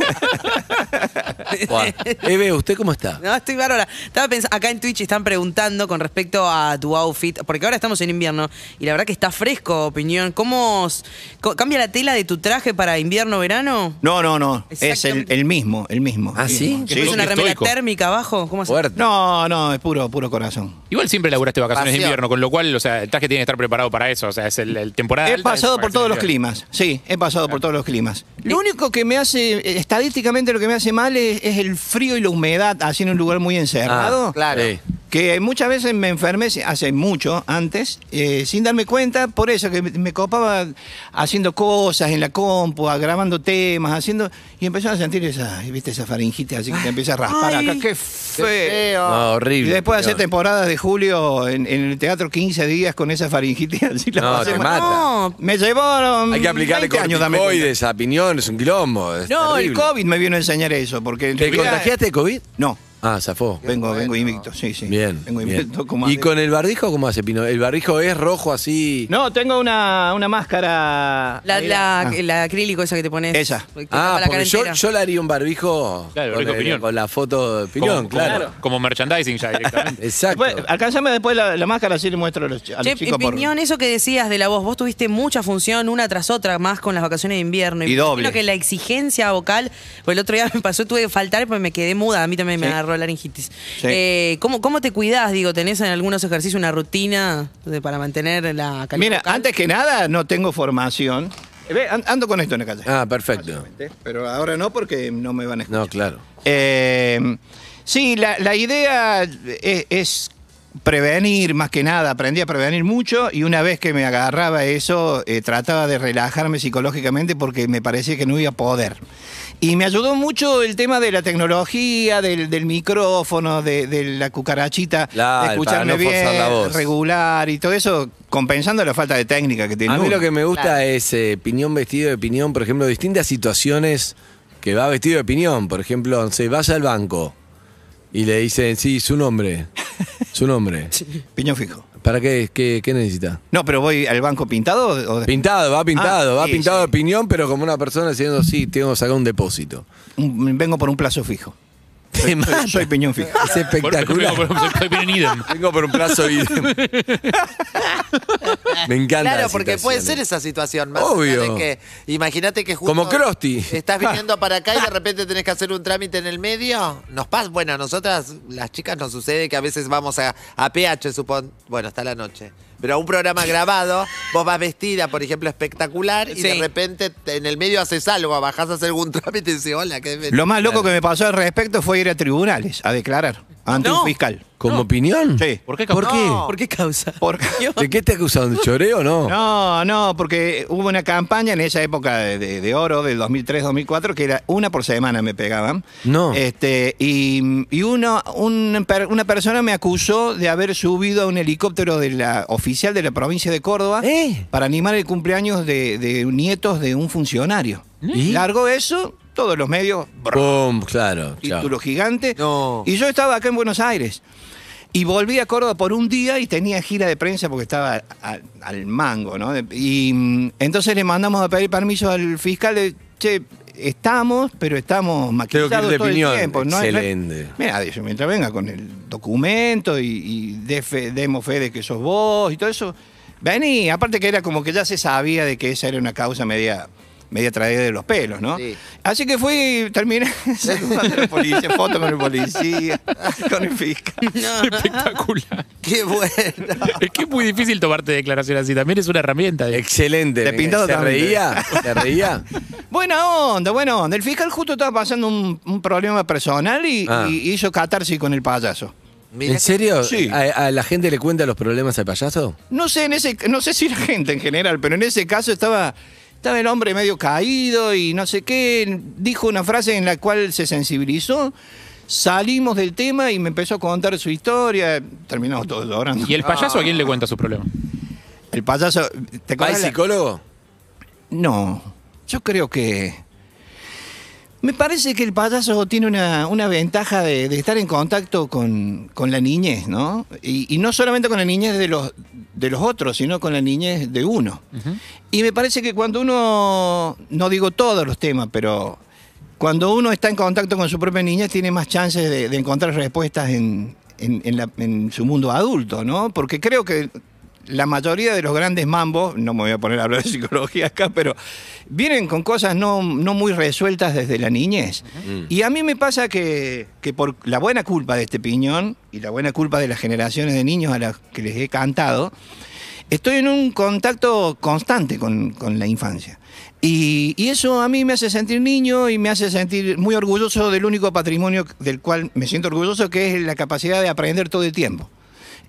[SPEAKER 2] Buah. Eve, ¿usted cómo está?
[SPEAKER 6] No, estoy bárbara. Estaba pensando, acá en Twitch están preguntando con respecto a tu outfit, porque ahora estamos en invierno y la verdad que está fresco, opinión. ¿Cómo s- co- cambia la tela de tu traje para invierno, verano?
[SPEAKER 3] No, no, no, es el,
[SPEAKER 6] Exactamente.
[SPEAKER 3] el mismo, el mismo.
[SPEAKER 2] ¿Ah, sí?
[SPEAKER 6] ¿Que ¿Es una
[SPEAKER 4] que
[SPEAKER 6] remera
[SPEAKER 4] estoico.
[SPEAKER 6] térmica abajo? ¿Cómo haces?
[SPEAKER 2] Fuerte.
[SPEAKER 3] No, no, es puro, puro corazón.
[SPEAKER 4] Igual siempre laburaste vacaciones de
[SPEAKER 5] Pasión.
[SPEAKER 4] invierno, con lo cual, o sea, el traje tiene que estar preparado para eso. O sea, es el, el temporada.
[SPEAKER 3] He
[SPEAKER 4] alta, es
[SPEAKER 3] pasado por
[SPEAKER 4] vacaciones
[SPEAKER 3] todos los
[SPEAKER 4] de invierno.
[SPEAKER 3] climas, sí, he pasado por todos los climas. Lo único que me hace, eh, estadísticamente lo que me hace mal es, es el frío y la humedad, así en un lugar muy encerrado.
[SPEAKER 5] Claro.
[SPEAKER 2] Ah, Sí.
[SPEAKER 3] Que muchas veces me enfermé si- hace mucho antes, eh, sin darme cuenta, por eso que me- me copaba haciendo cosas en la compu, a- grabando temas, haciendo. Y empezó a sentir esa, ¿viste? esa faringite así que te empieza a raspar
[SPEAKER 6] Ay.
[SPEAKER 3] acá. ¡Qué feo!
[SPEAKER 2] No,
[SPEAKER 3] Y
[SPEAKER 2] horrible.
[SPEAKER 3] después de hacer
[SPEAKER 2] Pinión.
[SPEAKER 3] temporadas de julio en, en el teatro 15 días con esa (laughs) faringite así la
[SPEAKER 2] No,
[SPEAKER 3] pasé
[SPEAKER 2] te
[SPEAKER 3] mal.
[SPEAKER 2] mata.
[SPEAKER 6] No,
[SPEAKER 3] Me llevó. um,
[SPEAKER 2] Hay que aplicarle
[SPEAKER 3] 20 años, dame cuenta.
[SPEAKER 2] corticoides a Pinión, es un quilombo. es
[SPEAKER 3] No, el
[SPEAKER 2] terrible.
[SPEAKER 3] COVID me vino a enseñar eso. porque
[SPEAKER 2] ¿Te
[SPEAKER 3] Mira,
[SPEAKER 2] contagiaste de COVID?
[SPEAKER 3] No,
[SPEAKER 2] Ah, zafó.
[SPEAKER 3] vengo,
[SPEAKER 5] bueno.
[SPEAKER 3] vengo invicto, sí, sí.
[SPEAKER 2] Bien.
[SPEAKER 3] Vengo
[SPEAKER 2] bien.
[SPEAKER 3] invicto como
[SPEAKER 2] ¿Y
[SPEAKER 3] hace-
[SPEAKER 2] con el barbijo cómo hace Pino? ¿El barbijo es rojo así? Ah,
[SPEAKER 3] No, tengo una, una máscara.
[SPEAKER 6] la,
[SPEAKER 3] Ahí
[SPEAKER 6] la,
[SPEAKER 3] va. Ah.
[SPEAKER 6] la acrílico esa que te pones.
[SPEAKER 3] Esa.
[SPEAKER 6] que te tapa
[SPEAKER 2] Ah,
[SPEAKER 6] la
[SPEAKER 2] porque
[SPEAKER 6] cara
[SPEAKER 2] yo,
[SPEAKER 6] entera.
[SPEAKER 2] yo le haría un barbijo
[SPEAKER 4] Claro,
[SPEAKER 2] con,
[SPEAKER 4] barbijo
[SPEAKER 2] el-
[SPEAKER 4] Pinión.
[SPEAKER 2] con la foto de
[SPEAKER 4] Como-
[SPEAKER 2] Pinión,
[SPEAKER 4] como-
[SPEAKER 2] claro.
[SPEAKER 4] Como merchandising ya directamente.
[SPEAKER 2] Exacto.
[SPEAKER 3] Después, alcanzame después la, la máscara, así le muestro a los, a los
[SPEAKER 6] Che,
[SPEAKER 3] chicos. por-
[SPEAKER 6] Piñón, eso que decías de la voz, vos tuviste mucha función una tras otra más con las vacaciones de invierno.
[SPEAKER 3] Y
[SPEAKER 6] me imagino
[SPEAKER 3] doble.
[SPEAKER 6] que la exigencia vocal, pues el otro día (laughs) me pasó, tuve que faltar porque me quedé muda, a mí también me
[SPEAKER 3] Sí.
[SPEAKER 6] agarró laringitis.
[SPEAKER 3] Sí.
[SPEAKER 6] Eh, ¿cómo, ¿Cómo te cuidás? Digo, ¿tenés en algunos ejercicios una rutina de- para mantener la calidad
[SPEAKER 3] Mira,
[SPEAKER 6] vocal?
[SPEAKER 3] antes que nada, no tengo formación. Eh, ve, an- ando con esto en la calle.
[SPEAKER 2] Ah, perfecto.
[SPEAKER 3] Pero ahora no, porque no me van a escuchar.
[SPEAKER 2] No, claro.
[SPEAKER 3] Eh, sí, la, la idea es, es prevenir más que nada. Aprendí a prevenir mucho y una vez que me agarraba eso, eh, trataba de relajarme psicológicamente porque me parecía que no iba a poder. Y me ayudó mucho el tema de la tecnología, del, del micrófono, de, de la cucarachita,
[SPEAKER 2] Claro,
[SPEAKER 3] de escucharme
[SPEAKER 2] para no forzar la
[SPEAKER 3] bien,
[SPEAKER 2] voz.
[SPEAKER 3] regular y todo eso, compensando la falta de técnica que tiene.
[SPEAKER 2] A mí
[SPEAKER 3] uno.
[SPEAKER 2] lo que me gusta es eh, Piñón vestido de Piñón, por ejemplo, distintas situaciones que va vestido de Piñón. Por ejemplo, no sé, vas al banco y le dicen, sí, su nombre. Su nombre.
[SPEAKER 3] Piñón fijo.
[SPEAKER 2] ¿Para qué, qué, qué necesita?
[SPEAKER 3] No, pero voy al banco pintado o de-
[SPEAKER 2] Pintado, va pintado,
[SPEAKER 3] Ah,
[SPEAKER 2] va
[SPEAKER 3] sí,
[SPEAKER 2] pintado
[SPEAKER 3] sí.
[SPEAKER 2] de piñón, pero como una persona diciendo, sí, tengo que sacar un depósito.
[SPEAKER 3] un- vengo por un
[SPEAKER 2] (laughs)
[SPEAKER 3] plazo fijo.
[SPEAKER 2] Te mata.
[SPEAKER 3] Soy piñón fijo.
[SPEAKER 2] Es espectacular.
[SPEAKER 4] Por- por- por- por- idem.
[SPEAKER 2] Vengo por un plazo y... Me encanta.
[SPEAKER 5] Claro,
[SPEAKER 2] las
[SPEAKER 5] porque puede ser
[SPEAKER 2] situaciones.
[SPEAKER 5] esa situación. Más
[SPEAKER 2] Obvio.
[SPEAKER 5] allá de que- Imagínate que justo.
[SPEAKER 2] Como Crosti. (laughs)
[SPEAKER 5] Estás viniendo para acá y de repente tenés que hacer un trámite en el medio. Nos pasa. Bueno, a nosotras, las chicas, nos sucede que a veces vamos a, a PH, supón. Bueno, está la noche. Pero a
[SPEAKER 2] (laughs)
[SPEAKER 5] un programa grabado, vos vas vestida, por ejemplo, espectacular, y de
[SPEAKER 6] Sí.
[SPEAKER 5] repente te- en el medio haces algo, bajás a hacer algún trámite y dices, hola, qué
[SPEAKER 3] Lo más loco que me pasó al respecto fue ir a tribunales a declarar ante
[SPEAKER 6] No.
[SPEAKER 3] un fiscal.
[SPEAKER 2] ¿Como opinión?
[SPEAKER 3] Sí.
[SPEAKER 4] ¿Por qué?
[SPEAKER 2] ¿Por qué?
[SPEAKER 5] No.
[SPEAKER 6] ¿Por qué causa?
[SPEAKER 3] Por-
[SPEAKER 2] ¿De qué te acusan? ¿De choreo o no?
[SPEAKER 3] No, no, porque hubo una campaña en esa época de, de- de oro, del 2003-2004, que era una por semana me pegaban.
[SPEAKER 2] No.
[SPEAKER 3] Este, y y uno, un per- una persona me acusó de haber subido a un helicóptero de la oficial de la provincia de Córdoba
[SPEAKER 2] ¿Eh?
[SPEAKER 3] para animar el cumpleaños de, de nietos de un funcionario.
[SPEAKER 2] ¿Y?
[SPEAKER 3] Largo eso, todos los medios, brr,
[SPEAKER 2] Pum, claro. chao.
[SPEAKER 3] título gigante.
[SPEAKER 5] No.
[SPEAKER 3] Y yo estaba acá en Buenos Aires. Y volví a Córdoba por un día y tenía gira de prensa porque estaba al, al mango, ¿no? De- Y mm, entonces le mandamos a pedir permiso al fiscal de, che, estamos, pero estamos maquillados
[SPEAKER 2] Tengo que ir de
[SPEAKER 3] todo
[SPEAKER 2] piñón.
[SPEAKER 3] el tiempo. ¿no?
[SPEAKER 2] Excelente.
[SPEAKER 3] Mira, dice, mientras venga con el documento y, y dé fe- demos fe de que sos vos y todo eso, vení. Aparte que era como que ya se sabía de que esa era una causa media media traída de los pelos, ¿no?
[SPEAKER 5] Sí.
[SPEAKER 3] Así que fui y terminé (laughs) saludando a la policía, foto con el policía, con el fiscal.
[SPEAKER 4] (laughs) Espectacular.
[SPEAKER 5] (laughs) Qué bueno.
[SPEAKER 4] Es que es muy difícil tomarte declaración así. También es una herramienta. de-
[SPEAKER 2] Excelente.
[SPEAKER 3] Te
[SPEAKER 2] me-
[SPEAKER 3] pintado
[SPEAKER 2] ¿Se
[SPEAKER 3] también.
[SPEAKER 2] reía? (laughs) ¿Se reía?
[SPEAKER 3] Buena onda, buena onda. El fiscal justo estaba pasando un, un problema personal y,
[SPEAKER 2] Ah.
[SPEAKER 3] y hizo catarsis con el payaso.
[SPEAKER 5] Mirá
[SPEAKER 2] ¿En
[SPEAKER 5] que-
[SPEAKER 2] serio?
[SPEAKER 3] Sí.
[SPEAKER 2] ¿A, a la gente le cuenta los problemas al payaso?
[SPEAKER 3] No sé, en ese, no sé si la gente en general, pero en ese caso estaba, estaba el hombre medio caído y no sé qué. Dijo una frase en la cual se sensibilizó. Salimos del tema y me empezó a contar su historia. Terminamos todos llorando.
[SPEAKER 4] ¿Y el payaso a quién le cuenta su problema?
[SPEAKER 3] El payaso.
[SPEAKER 2] ¿Hay
[SPEAKER 3] ¿Te acordás la-
[SPEAKER 2] psicólogo?
[SPEAKER 3] No, yo creo que... Me parece que el payaso tiene una, una ventaja de, de estar en contacto con, con la niñez, ¿no? Y, y no solamente con la niñez de los, de los otros, sino con la niñez de uno. Y me parece que cuando uno, no digo todos los temas, pero cuando uno está en contacto con su propia niñez, tiene más chances de, de encontrar respuestas en, en- en la- en su mundo adulto, ¿no? Porque creo que la mayoría de los grandes mambos, no me voy a poner a hablar de psicología acá, pero vienen con cosas no, no muy resueltas desde la niñez. Y a mí me pasa que, que por la buena culpa de este piñón y la buena culpa de las generaciones de niños a las que les he cantado, estoy en un contacto constante con, con la infancia. Y, y eso a mí me hace sentir niño y me hace sentir muy orgulloso del único patrimonio del cual me siento orgulloso, que es la capacidad de aprender todo el tiempo.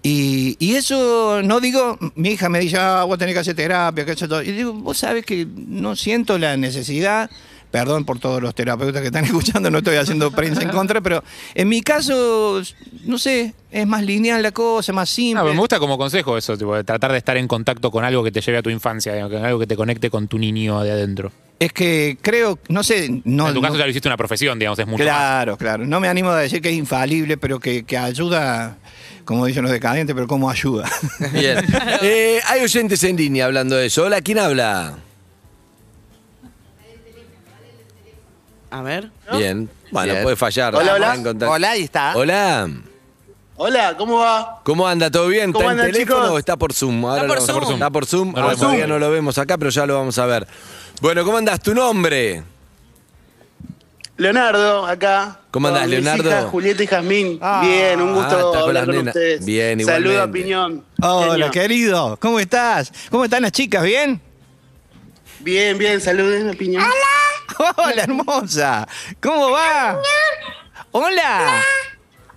[SPEAKER 3] Y, y eso no digo, mi hija me dice, ah, vos tenés que hacer terapia, que eso todo. Y digo, vos sabés que no siento la necesidad, perdón por todos los terapeutas que están (laughs) escuchando, no estoy haciendo prensa en contra, pero en mi caso, no sé, es más lineal la cosa, más
[SPEAKER 4] Ah,
[SPEAKER 3] simple.
[SPEAKER 4] me gusta como consejo eso, tipo, de tratar de estar en contacto con algo que te lleve a tu infancia, digamos, con algo que te conecte con tu niño de adentro.
[SPEAKER 3] Es que creo, no sé, no.
[SPEAKER 4] en tu caso
[SPEAKER 3] no-
[SPEAKER 4] ya lo hiciste una profesión, digamos, es mucho más.
[SPEAKER 3] claro, claro. No me animo a decir que es infalible, pero que, que ayuda, como dicen los decadentes, pero como ayuda. (laughs)
[SPEAKER 2] Bien. Eh, hay oyentes en línea hablando de eso. Hola, ¿quién habla?
[SPEAKER 6] A ver.
[SPEAKER 2] Bien. Bueno,
[SPEAKER 5] Bien.
[SPEAKER 2] puede fallar.
[SPEAKER 7] Hola, hola.
[SPEAKER 2] Está en contacto.
[SPEAKER 5] Hola, ahí está.
[SPEAKER 2] Hola.
[SPEAKER 7] Hola, ¿cómo va?
[SPEAKER 2] ¿Cómo anda? ¿Todo bien?
[SPEAKER 7] ¿Cómo
[SPEAKER 2] ¿Está en
[SPEAKER 7] andan,
[SPEAKER 2] teléfono
[SPEAKER 7] chicos?
[SPEAKER 2] o está por Zoom? Ahora
[SPEAKER 6] Está por
[SPEAKER 2] lo-
[SPEAKER 6] Zoom.
[SPEAKER 2] Está por Zoom.
[SPEAKER 4] No lo
[SPEAKER 2] Ah,
[SPEAKER 4] vemos.
[SPEAKER 2] todavía no lo vemos acá, pero ya lo vamos a ver. Bueno, ¿cómo andas? ¿Tu nombre?
[SPEAKER 3] Eh,
[SPEAKER 7] Leonardo, acá.
[SPEAKER 2] ¿Cómo andás,
[SPEAKER 7] Con mis
[SPEAKER 2] Leonardo?
[SPEAKER 7] hijas Julieta y Jazmín. Bien, un
[SPEAKER 2] Ah,
[SPEAKER 7] gusto
[SPEAKER 2] estás con las
[SPEAKER 7] hablar con
[SPEAKER 2] nenas.
[SPEAKER 7] ustedes.
[SPEAKER 2] Bien,
[SPEAKER 7] Saludo a
[SPEAKER 2] igualmente.
[SPEAKER 7] Piñón.
[SPEAKER 3] Hola,
[SPEAKER 7] Genio.
[SPEAKER 3] querido. ¿Cómo estás? ¿Cómo están las chicas? ¿Bien? (laughs)
[SPEAKER 7] Bien, bien, saluden a Piñón.
[SPEAKER 3] Hola, hermosa. ¿Cómo va? Hola.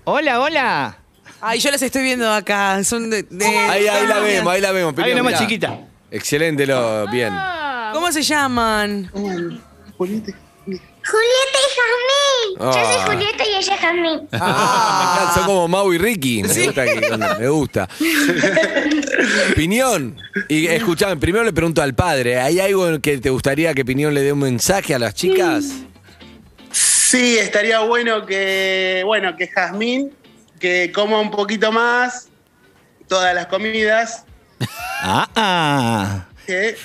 [SPEAKER 3] Hola, hola.
[SPEAKER 6] Ay, yo las estoy viendo acá. Son de. de-
[SPEAKER 2] Ahí, ahí la vemos, ahí la vemos.
[SPEAKER 3] Hay una
[SPEAKER 2] Piñón,
[SPEAKER 3] más
[SPEAKER 2] mirá.
[SPEAKER 3] chiquita.
[SPEAKER 2] Excelente, lo, bien.
[SPEAKER 6] ¿Cómo se llaman?
[SPEAKER 7] Julieta.
[SPEAKER 8] Julieta y Jazmín. Yo
[SPEAKER 2] Ah.
[SPEAKER 8] soy Julieta y ella es Jazmín.
[SPEAKER 2] (laughs) Ah, Son como Mau y Ricky. Me gusta. que- me gusta. Piñón. Y escuchame, primero le pregunto al padre. ¿Hay algo en que te gustaría que Piñón le dé un mensaje a las chicas?
[SPEAKER 7] Sí, estaría bueno que, bueno, que Jazmín, que coma un poquito más, todas las comidas.
[SPEAKER 3] Ah, ah.
[SPEAKER 7] ¿eh?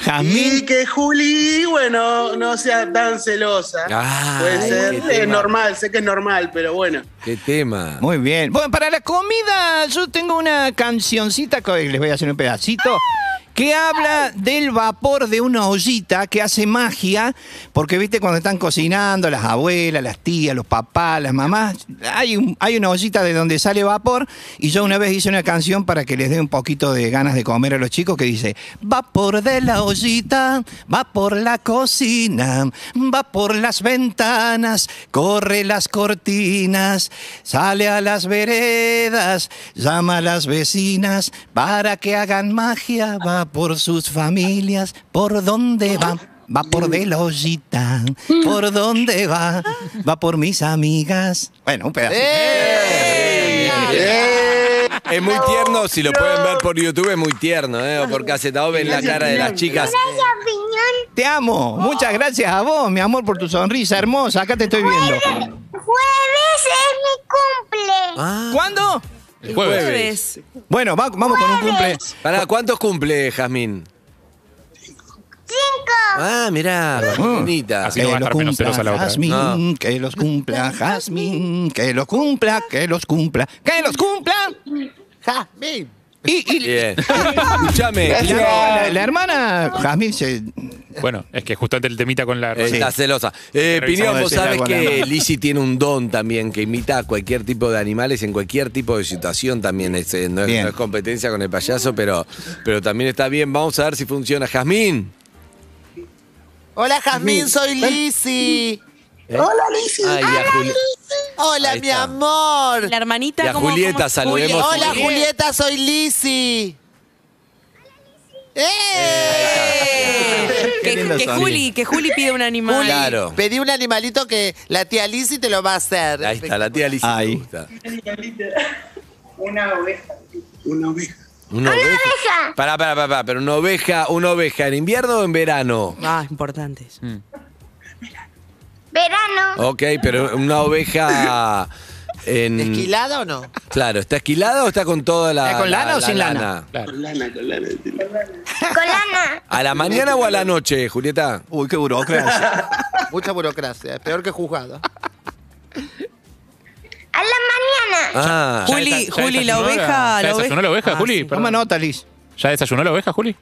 [SPEAKER 7] Y
[SPEAKER 3] Jazmín.
[SPEAKER 7] que Juli, bueno, no sea tan celosa.
[SPEAKER 2] Ay,
[SPEAKER 7] Puede ser,
[SPEAKER 2] Ah, qué
[SPEAKER 7] es
[SPEAKER 2] tema.
[SPEAKER 7] normal, sé que es normal, pero bueno.
[SPEAKER 2] Qué tema.
[SPEAKER 3] Muy bien. Bueno, para la comida, yo tengo una cancioncita que les voy a hacer un pedacito. Que habla del vapor de una ollita que hace magia, porque viste cuando están cocinando las abuelas, las tías, los papás, las mamás, hay, un- hay una ollita de donde sale vapor y yo una vez hice una canción para que les dé un poquito de ganas de comer a los chicos que dice, vapor de la ollita, va por la cocina, va por las ventanas, corre las cortinas, sale a las veredas, llama a las vecinas para que hagan magia, va por sus familias, por donde va. Va por de la ollita, por donde va, va por mis amigas. Bueno, un pedazo.
[SPEAKER 2] Es muy tierno, si lo pueden ver por YouTube, es muy tierno, ¿eh? O por casetado ven la cara de las chicas.
[SPEAKER 8] Gracias, piñón.
[SPEAKER 3] Te amo. Muchas gracias a vos, mi amor, por tu sonrisa hermosa. Acá te estoy viendo.
[SPEAKER 8] Jueves es mi cumple.
[SPEAKER 2] Ah.
[SPEAKER 3] ¿Cuándo?
[SPEAKER 4] El jueves.
[SPEAKER 6] Jueves.
[SPEAKER 3] Bueno, va- vamos con un cumple.
[SPEAKER 2] ¿Para cuántos cumple, Jazmín?
[SPEAKER 8] Cinco.
[SPEAKER 2] Ah, mirá, bonita.
[SPEAKER 4] Así no va a estar menos celosa la otra. ¿eh?
[SPEAKER 3] Jazmín,
[SPEAKER 2] No.
[SPEAKER 3] que los cumpla, Jazmín, que los cumpla, que los cumpla, que los cumpla.
[SPEAKER 5] Jazmín.
[SPEAKER 3] Y, y-
[SPEAKER 2] Bien. Escúchame.
[SPEAKER 3] y la, la hermana Jazmín se...
[SPEAKER 4] Bueno, es que justamente el temita con la...
[SPEAKER 2] Eh, Está celosa. Eh,
[SPEAKER 4] Revisamos
[SPEAKER 2] Piñón, vos
[SPEAKER 3] decirle
[SPEAKER 2] sabés
[SPEAKER 3] algo a la
[SPEAKER 2] que
[SPEAKER 3] mamá.
[SPEAKER 2] Lizzie tiene un don también que imita a cualquier tipo de animales en cualquier tipo de situación también. Es, eh, no, es,
[SPEAKER 3] Bien.
[SPEAKER 2] no es competencia con el payaso, pero, pero también está bien. Vamos a ver si funciona. Jazmín.
[SPEAKER 5] Hola, Jazmín, soy Lizzy.
[SPEAKER 7] ¿Eh? Hola, Lizzy.
[SPEAKER 2] Ay, y a Juli-
[SPEAKER 5] Hola,
[SPEAKER 2] Ahí
[SPEAKER 5] mi
[SPEAKER 2] está.
[SPEAKER 5] amor.
[SPEAKER 6] (laughs) La hermanita.
[SPEAKER 2] y a
[SPEAKER 6] ¿cómo-
[SPEAKER 2] Julieta
[SPEAKER 6] cómo-
[SPEAKER 5] Juli-
[SPEAKER 2] saludemos.
[SPEAKER 5] Hola, Julieta, soy Lizzy.
[SPEAKER 2] Eh,
[SPEAKER 5] ¡Eh!
[SPEAKER 6] Eh,
[SPEAKER 3] Qué lindo
[SPEAKER 6] Que, que
[SPEAKER 3] sonido.
[SPEAKER 6] Juli, que Juli pide un animal.
[SPEAKER 5] Juli,
[SPEAKER 2] Claro.
[SPEAKER 5] pedí un animalito que la tía Lizzy te lo va a hacer.
[SPEAKER 2] Ahí está, la tía Lizzie. me
[SPEAKER 3] Ahí.
[SPEAKER 2] gusta.
[SPEAKER 7] Una oveja. Una oveja.
[SPEAKER 2] Una oveja. Pará, pará, pará, pero una oveja, una oveja en invierno o en verano.
[SPEAKER 6] Ah, importantes.
[SPEAKER 2] (laughs)
[SPEAKER 8] Verano.
[SPEAKER 2] Ok, pero una oveja en.
[SPEAKER 5] ¿Esquilada o no?
[SPEAKER 2] Claro, ¿está esquilada o está con toda la.
[SPEAKER 3] ¿Está con lana o sin lana?
[SPEAKER 4] Claro.
[SPEAKER 7] Con lana, con lana.
[SPEAKER 8] Con lana.
[SPEAKER 2] ¿A la mañana o a la noche, Julieta?
[SPEAKER 3] Uy, qué burocracia.
[SPEAKER 5] Mucha burocracia, es peor que juzgado.
[SPEAKER 8] A la mañana.
[SPEAKER 2] Ah,
[SPEAKER 4] ¿Ya
[SPEAKER 6] Juli,
[SPEAKER 4] desa- ya
[SPEAKER 6] Juli, la
[SPEAKER 4] desayunó
[SPEAKER 6] oveja,
[SPEAKER 4] ¿Ya
[SPEAKER 6] la
[SPEAKER 4] desayunó la
[SPEAKER 6] oveja.
[SPEAKER 4] oveja,
[SPEAKER 6] Ah,
[SPEAKER 4] Juli?
[SPEAKER 6] sí.
[SPEAKER 4] Perdón.
[SPEAKER 3] (laughs) Toma nota, Liz.
[SPEAKER 4] ¿Ya desayunó la oveja, Juli?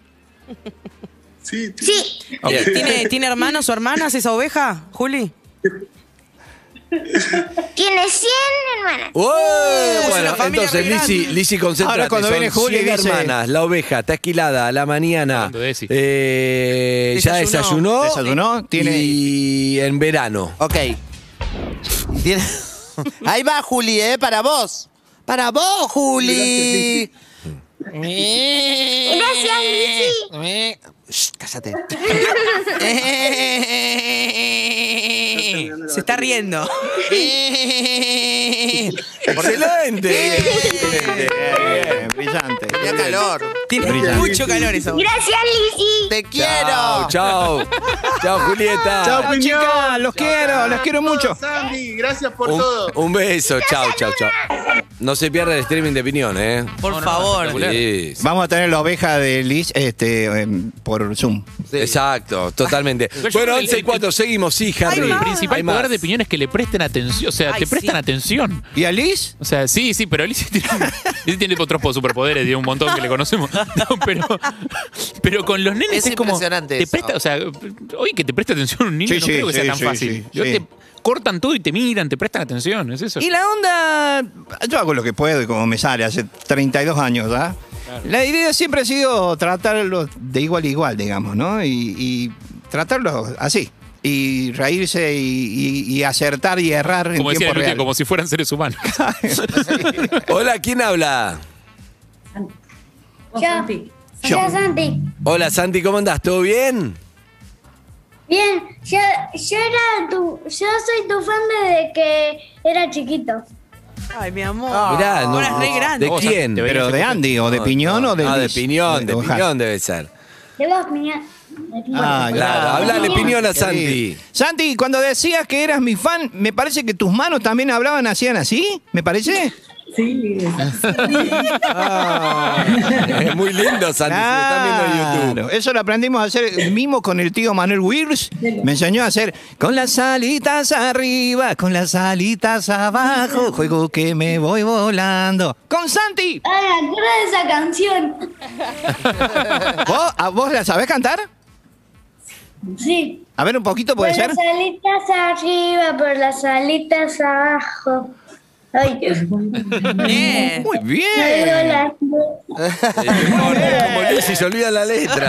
[SPEAKER 7] Sí, sí.
[SPEAKER 8] Sí.
[SPEAKER 4] Ok.
[SPEAKER 2] Bien.
[SPEAKER 6] ¿Tiene, ¿Tiene hermanos o hermanas esa oveja, Juli?
[SPEAKER 8] Tiene 100 hermanas.
[SPEAKER 2] ¡Uy!
[SPEAKER 6] es
[SPEAKER 2] bueno,
[SPEAKER 6] una familia
[SPEAKER 2] entonces,
[SPEAKER 6] re grande.
[SPEAKER 2] Lisi, Lisi, concéntrate.
[SPEAKER 3] Ahora cuando
[SPEAKER 2] Son
[SPEAKER 3] viene Juli
[SPEAKER 2] 100
[SPEAKER 3] dice-
[SPEAKER 2] hermanas, la oveja está esquilada a la mañana.
[SPEAKER 4] Cuando Desi.
[SPEAKER 2] Eh, ya desayunó.
[SPEAKER 6] Desayunó.
[SPEAKER 3] Desayunó, tiene-
[SPEAKER 2] Y en verano.
[SPEAKER 5] Ok. Tiene- Ahí va, Juli, ¿eh? Para vos. Para vos, Juli.
[SPEAKER 8] Gracias, Lizzy.
[SPEAKER 5] Eh. Shh, cállate. Eh.
[SPEAKER 6] Se está riendo. (laughs)
[SPEAKER 5] Eh.
[SPEAKER 2] ¡Excelente!
[SPEAKER 5] (laughs)
[SPEAKER 2] Excelente.
[SPEAKER 3] Bien, brillante.
[SPEAKER 5] Tenía calor.
[SPEAKER 6] Tiene
[SPEAKER 3] Brillante.
[SPEAKER 6] mucho calor esa oveja.
[SPEAKER 8] Gracias, Lizzy.
[SPEAKER 5] Te
[SPEAKER 2] Chao,
[SPEAKER 5] quiero.
[SPEAKER 2] chao. Chao, Julieta.
[SPEAKER 3] Chao, chicas. Los quiero, los quiero mucho.
[SPEAKER 7] Sandy, gracias por
[SPEAKER 2] Un,
[SPEAKER 7] todo.
[SPEAKER 2] un beso. Chao, chao, chao. No se pierda el streaming de opinión, ¿eh?
[SPEAKER 6] Por favor.
[SPEAKER 2] Sí, sí.
[SPEAKER 3] Vamos a tener la oveja de Liz este, em, por Zoom.
[SPEAKER 2] Exacto, totalmente. Bueno, 11 y 4, seguimos, sí, Harry.
[SPEAKER 4] El
[SPEAKER 2] Hay
[SPEAKER 4] principal
[SPEAKER 2] más.
[SPEAKER 4] poder de opinión es que le presten atención. O sea,
[SPEAKER 6] Ay,
[SPEAKER 4] te prestan
[SPEAKER 6] sí.
[SPEAKER 4] atención.
[SPEAKER 3] ¿Y a Liz?
[SPEAKER 4] O sea, sí, sí, pero Alicia (laughs) tiene, Alicia tiene otros po- superpoderes, tiene un montón que le conocemos. (laughs) No, pero, pero con los nenes
[SPEAKER 5] Es
[SPEAKER 4] es, como.
[SPEAKER 5] impresionante
[SPEAKER 4] Te
[SPEAKER 5] eso.
[SPEAKER 4] presta, o sea, hoy que te preste atención un niño
[SPEAKER 3] Sí,
[SPEAKER 4] no
[SPEAKER 3] sí,
[SPEAKER 4] creo que sea
[SPEAKER 3] sí,
[SPEAKER 4] tan
[SPEAKER 3] sí,
[SPEAKER 4] fácil.
[SPEAKER 3] sí,
[SPEAKER 4] Yo
[SPEAKER 3] sí.
[SPEAKER 4] Te cortan todo y te miran, te prestan atención, es eso.
[SPEAKER 3] Y la onda, yo hago lo que puedo y como me sale, hace 32 años, ¿verdad? La idea siempre ha sido tratarlos de igual a igual, digamos, ¿no? Y, y tratarlos así. Y reírse y, y- y acertar y errar en
[SPEAKER 4] como decía
[SPEAKER 3] tiempo
[SPEAKER 4] Lutia,
[SPEAKER 3] real. (laughs)
[SPEAKER 4] como si fueran seres humanos. (laughs)
[SPEAKER 2] Hola, ¿quién habla?
[SPEAKER 8] Yo.
[SPEAKER 3] Yo.
[SPEAKER 8] Yo, Santi.
[SPEAKER 2] Hola, Santi, ¿cómo andás? ¿Todo bien?
[SPEAKER 8] Bien, yo, yo era tu, yo soy tu fan desde que era chiquito.
[SPEAKER 6] Ay, mi amor.
[SPEAKER 9] Ah.
[SPEAKER 2] Mirá, no-
[SPEAKER 6] Ah, Ahora es re grande.
[SPEAKER 2] ¿De quién?
[SPEAKER 4] te
[SPEAKER 3] Pero de Andy, o de
[SPEAKER 2] No,
[SPEAKER 3] piñón,
[SPEAKER 2] no,
[SPEAKER 3] o de.
[SPEAKER 2] No, de
[SPEAKER 3] Liz.
[SPEAKER 2] piñón, de
[SPEAKER 3] Ojalá.
[SPEAKER 2] piñón debe
[SPEAKER 3] (laughs)
[SPEAKER 2] ser.
[SPEAKER 8] De vos, Piñón.
[SPEAKER 3] Ah,
[SPEAKER 2] Claro, hablale piñón a Santi.
[SPEAKER 3] Santi, cuando decías que eras mi fan, me parece que tus manos también hablaban, hacían así, ¿me parece? (laughs)
[SPEAKER 9] Sí,
[SPEAKER 2] Ah, es muy lindo, Santi. Si lo están viendo en
[SPEAKER 3] Claro,
[SPEAKER 2] YouTube.
[SPEAKER 3] Eso lo aprendimos a hacer mimo con el tío Manuel Wirs. Me enseñó a hacer con las alitas arriba, con las alitas abajo. Juego que me voy volando. ¡Con Santi!
[SPEAKER 8] Ay, me acuerdo de esa canción.
[SPEAKER 3] ¿Vos, ¿A vos la sabés cantar?
[SPEAKER 8] Sí.
[SPEAKER 3] A ver, un poquito puede
[SPEAKER 8] por
[SPEAKER 3] ser.
[SPEAKER 8] las alitas arriba, por las alitas abajo. Ay,
[SPEAKER 3] (laughs)
[SPEAKER 8] yo
[SPEAKER 6] Bien.
[SPEAKER 3] Muy
[SPEAKER 8] traigo
[SPEAKER 3] bien.
[SPEAKER 8] las nubes.
[SPEAKER 2] Eh, no, no es como Luis y se olvida la
[SPEAKER 3] (laughs)
[SPEAKER 2] letra.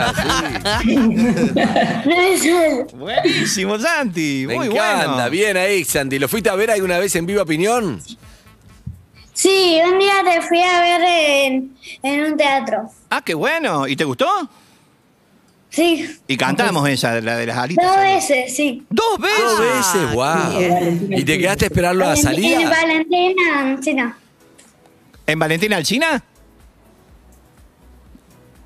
[SPEAKER 2] sí.
[SPEAKER 8] No es algo.
[SPEAKER 3] Buenísimo, Santi.
[SPEAKER 2] Me
[SPEAKER 3] Muy
[SPEAKER 2] encanta.
[SPEAKER 3] bueno.
[SPEAKER 2] Bien ahí, Santi. ¿Lo fuiste a ver alguna vez en Viva Opinión?
[SPEAKER 8] Sí, un día te fui a ver en, en un teatro.
[SPEAKER 3] Ah, qué bueno. ¿Y te gustó?
[SPEAKER 8] Sí,
[SPEAKER 3] Y cantamos esa, la de las alitas.
[SPEAKER 8] dos
[SPEAKER 3] arriba.
[SPEAKER 8] veces, sí.
[SPEAKER 3] ¿Dos veces?
[SPEAKER 2] Dos veces, wow. ¿Y te quedaste a esperarlo a
[SPEAKER 8] En- En
[SPEAKER 2] salida?
[SPEAKER 8] Valentina Ancina.
[SPEAKER 3] ¿En Valentina Alcina?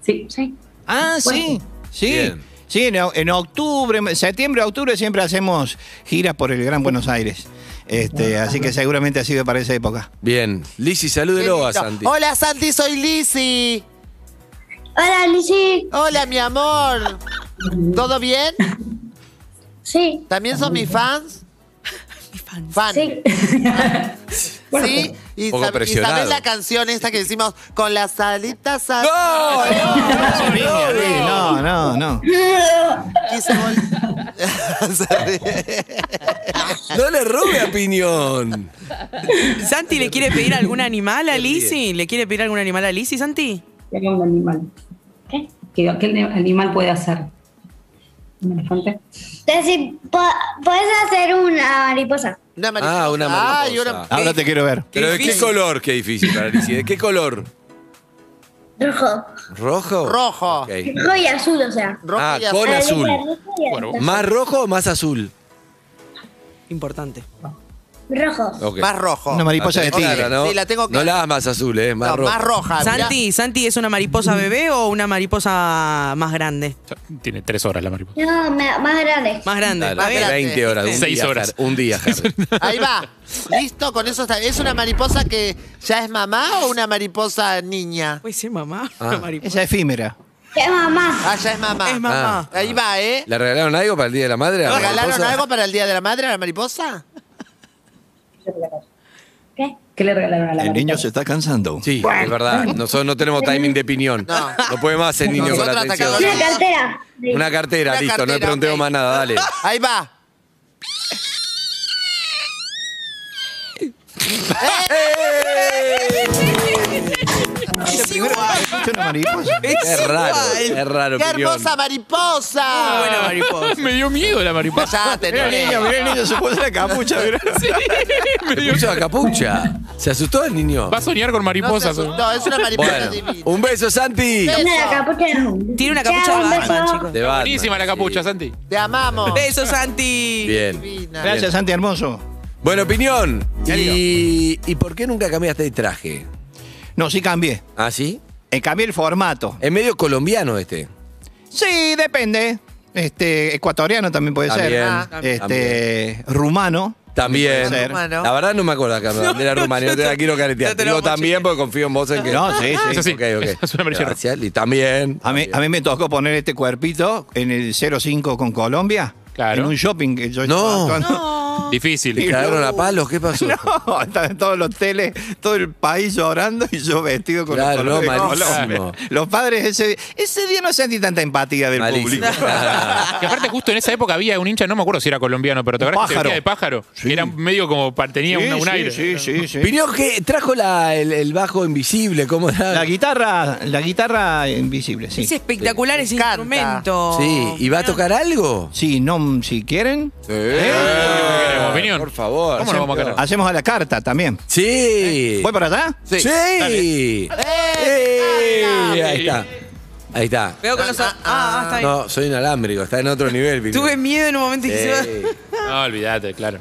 [SPEAKER 9] sí, sí.
[SPEAKER 3] Ah, sí, sí.
[SPEAKER 2] Bien.
[SPEAKER 3] Sí, en, o- en octubre, en septiembre, octubre siempre hacemos giras por el Gran Buenos Aires. Este, así que seguramente ha sido para esa época.
[SPEAKER 2] Bien. Lizzy, salúdelo a
[SPEAKER 5] Listo.
[SPEAKER 2] Santi.
[SPEAKER 5] Hola Santi, soy Lizzy.
[SPEAKER 8] Hola, Lizzy.
[SPEAKER 5] Hola mi amor. ¿Todo bien?
[SPEAKER 8] Sí,
[SPEAKER 5] ¿También son mis fans? Fan.
[SPEAKER 8] sí.
[SPEAKER 5] Sí. Y,
[SPEAKER 2] Poco
[SPEAKER 5] sab- y
[SPEAKER 2] presionado.
[SPEAKER 5] sabes la canción esta que decimos con las alitas arriba
[SPEAKER 2] ¡No!
[SPEAKER 3] No, no, no. no.
[SPEAKER 5] y se
[SPEAKER 2] (laughs)
[SPEAKER 5] vol- Se ríe.
[SPEAKER 2] No le robe a Piñón.
[SPEAKER 6] ¿Santi le quiere pedir algún animal a Lizzy? ¿Le quiere pedir algún animal a Lizzy, Santi?
[SPEAKER 9] Que haga un animal.
[SPEAKER 8] ¿Qué?
[SPEAKER 9] ¿Qué, qué animal puede hacer? ¿Un elefante?
[SPEAKER 8] Decir, po- puedes hacer una mariposa.
[SPEAKER 5] Una
[SPEAKER 2] Ah, una mariposa.
[SPEAKER 5] Ay, una-
[SPEAKER 3] Ahora te quiero ver.
[SPEAKER 2] ¿Pero de qué
[SPEAKER 6] difícil.
[SPEAKER 2] color? Qué difícil para Lizzy. ¿De qué color?
[SPEAKER 8] Rojo.
[SPEAKER 2] ¿Rojo?
[SPEAKER 5] Rojo.
[SPEAKER 2] Ok.
[SPEAKER 8] Rojo y azul, o sea.
[SPEAKER 5] Rojo
[SPEAKER 2] Ah,
[SPEAKER 5] y azul.
[SPEAKER 2] con
[SPEAKER 8] La letra
[SPEAKER 2] azul.
[SPEAKER 8] rojo y azul.
[SPEAKER 2] ¿Más rojo o más azul?
[SPEAKER 6] Importante.
[SPEAKER 8] Rojo.
[SPEAKER 2] Ok.
[SPEAKER 5] Más rojo.
[SPEAKER 3] Una mariposa de
[SPEAKER 2] La tenés
[SPEAKER 3] tigre.
[SPEAKER 2] clara, ¿no?
[SPEAKER 5] Sí, la tengo
[SPEAKER 2] No
[SPEAKER 5] clara.
[SPEAKER 2] la hagas más azul, ¿eh? Más
[SPEAKER 5] No,
[SPEAKER 2] roja.
[SPEAKER 5] más roja. mirá.
[SPEAKER 6] Santi, ¿Santi es una mariposa bebé o una mariposa más grande?
[SPEAKER 4] Tiene tres horas la mariposa.
[SPEAKER 8] No, me- más grande.
[SPEAKER 6] Más grande.
[SPEAKER 2] Dale,
[SPEAKER 6] ¿está bien?
[SPEAKER 5] grande.
[SPEAKER 2] 20 horas. Un
[SPEAKER 4] Seis
[SPEAKER 2] día,
[SPEAKER 4] horas.
[SPEAKER 2] Jar- Un día,
[SPEAKER 4] (laughs)
[SPEAKER 2] Harry.
[SPEAKER 5] Ahí va. Listo, con eso está. ¿Es una mariposa que ya es mamá o una mariposa niña?
[SPEAKER 6] Puede ser mamá.
[SPEAKER 2] Ah.
[SPEAKER 6] una mariposa.
[SPEAKER 3] Esa efímera.
[SPEAKER 8] ¿Qué mamá?
[SPEAKER 5] Ah, ya es mamá.
[SPEAKER 6] Es mamá.
[SPEAKER 5] Ahí va, ¿eh?
[SPEAKER 2] ¿Le regalaron algo para el Día de la Madre? a la
[SPEAKER 5] ¿Regalaron
[SPEAKER 2] mariposa?
[SPEAKER 5] algo para el Día de la Madre a la mariposa?
[SPEAKER 8] ¿Qué?
[SPEAKER 9] ¿Qué le regalaron a la
[SPEAKER 3] El niño
[SPEAKER 9] mariposa?
[SPEAKER 3] se está cansando.
[SPEAKER 2] Sí, es verdad. Nosotros no tenemos timing de opinión. No,
[SPEAKER 5] No.
[SPEAKER 2] puede más el niño con la
[SPEAKER 5] Nosotros
[SPEAKER 2] atención.
[SPEAKER 5] atacadores.
[SPEAKER 8] Una cartera. Sí.
[SPEAKER 2] Una cartera,
[SPEAKER 5] Una
[SPEAKER 2] listo. no le
[SPEAKER 5] cartera,
[SPEAKER 2] preguntemos
[SPEAKER 5] ok.
[SPEAKER 2] más nada,
[SPEAKER 5] (laughs)
[SPEAKER 2] dale.
[SPEAKER 5] Ahí va.
[SPEAKER 3] Mira, primero escuché una mariposa.
[SPEAKER 2] Es raro,
[SPEAKER 6] igual.
[SPEAKER 2] es raro,
[SPEAKER 5] ¡Qué
[SPEAKER 2] opinión.
[SPEAKER 5] hermosa mariposa!
[SPEAKER 6] Muy buena mariposa.
[SPEAKER 4] (laughs) Me dio miedo la mariposa.
[SPEAKER 5] Cállate,
[SPEAKER 3] Mira el niño,
[SPEAKER 5] nene.
[SPEAKER 3] mira el niño, se puso
[SPEAKER 5] (laughs)
[SPEAKER 3] la capucha. mira.
[SPEAKER 4] (laughs) Me dio-
[SPEAKER 2] Capucha, capucha. ¿Se asustó el niño?
[SPEAKER 4] Va a soñar con
[SPEAKER 5] No, se
[SPEAKER 4] mariposas.
[SPEAKER 5] asustó, es una mariposa (laughs)
[SPEAKER 2] Bueno,
[SPEAKER 5] divina.
[SPEAKER 2] un beso, Santi.
[SPEAKER 5] Beso.
[SPEAKER 8] Una capucha.
[SPEAKER 6] Tiene una capucha
[SPEAKER 8] Chao,
[SPEAKER 6] de
[SPEAKER 8] un
[SPEAKER 6] Batman,
[SPEAKER 8] beso.
[SPEAKER 6] chicos.
[SPEAKER 2] De Batman,
[SPEAKER 4] Buenísima la capucha,
[SPEAKER 2] sí.
[SPEAKER 4] Santi.
[SPEAKER 5] Te amamos.
[SPEAKER 6] Besos, Santi.
[SPEAKER 2] Bien.
[SPEAKER 5] Divina.
[SPEAKER 3] Gracias, Santi Hermoso.
[SPEAKER 2] Bueno, opinión. ¿Y, ¿Y por qué nunca cambiaste de traje?
[SPEAKER 3] No, sí cambié.
[SPEAKER 2] ¿Ah, sí?
[SPEAKER 3] Eh, cambié el formato.
[SPEAKER 2] Es medio colombiano este.
[SPEAKER 3] Sí, depende. Este, ecuatoriano también puede
[SPEAKER 2] También,
[SPEAKER 3] ser. Ah,
[SPEAKER 2] también.
[SPEAKER 3] Este, rumano.
[SPEAKER 2] También.
[SPEAKER 3] Puede ser.
[SPEAKER 5] Rumano.
[SPEAKER 2] La verdad no me acuerdo acá. Mira, Rumania, no te la quiero caretear.
[SPEAKER 6] no
[SPEAKER 2] Te
[SPEAKER 6] te lo
[SPEAKER 2] digo
[SPEAKER 6] vamos a
[SPEAKER 2] también
[SPEAKER 6] chequear.
[SPEAKER 2] porque confío en vos en que.
[SPEAKER 3] No, sí, sí.
[SPEAKER 4] Eso sí.
[SPEAKER 2] Ok, ok.
[SPEAKER 4] Es un amarillo.
[SPEAKER 2] Gracias. Y también.
[SPEAKER 3] A mí, a mí me tocó poner este cuerpito en el 05 con Colombia.
[SPEAKER 4] Claro.
[SPEAKER 3] En un shopping que yo
[SPEAKER 2] No.
[SPEAKER 3] estaba actuando.
[SPEAKER 2] ¿Te
[SPEAKER 4] Difícil.
[SPEAKER 2] cagaron a palos? ¿Qué pasó?
[SPEAKER 3] (laughs) No, estaban todos los teles, todo el país llorando y yo vestido con
[SPEAKER 2] Claro,
[SPEAKER 3] los colores de
[SPEAKER 2] no,
[SPEAKER 3] Colombia.
[SPEAKER 2] malísimo.
[SPEAKER 3] Los padres ese, ese día no sentí tanta empatía del
[SPEAKER 2] Malísimo. (laughs)
[SPEAKER 3] público.
[SPEAKER 4] Que aparte justo en esa época había un hincha, no me acuerdo si era colombiano, pero te acuerdas que se
[SPEAKER 3] Pájaro.
[SPEAKER 4] vestía de pájaro. Que Era medio como pa- tenía
[SPEAKER 3] Sí,
[SPEAKER 4] una- un
[SPEAKER 3] sí,
[SPEAKER 4] aire.
[SPEAKER 3] Sí, sí, sí.
[SPEAKER 2] Piñón que trajo la, el, el bajo invisible, ¿cómo era?
[SPEAKER 3] La guitarra, la guitarra invisible, sí.
[SPEAKER 6] Es espectacular ese
[SPEAKER 5] encanta.
[SPEAKER 6] instrumento.
[SPEAKER 2] Sí, ¿y va a tocar algo?
[SPEAKER 3] Sí, no, si quieren,
[SPEAKER 4] Eh, opinión.
[SPEAKER 2] Por favor.
[SPEAKER 4] ¿Cómo no vamos a ganar?
[SPEAKER 3] hacemos a la carta también.
[SPEAKER 2] Sí.
[SPEAKER 3] ¿Voy para allá?
[SPEAKER 2] Sí. Sí. Eh, Ahí está. Ahí está.
[SPEAKER 6] Veo con los. Ah, ah, está bien.
[SPEAKER 2] No, soy inalámbrico, está en otro nivel, Eh. Piñón.
[SPEAKER 6] Tuve miedo en un momento y
[SPEAKER 2] Sí.
[SPEAKER 6] quise.
[SPEAKER 4] No, olvídate, claro.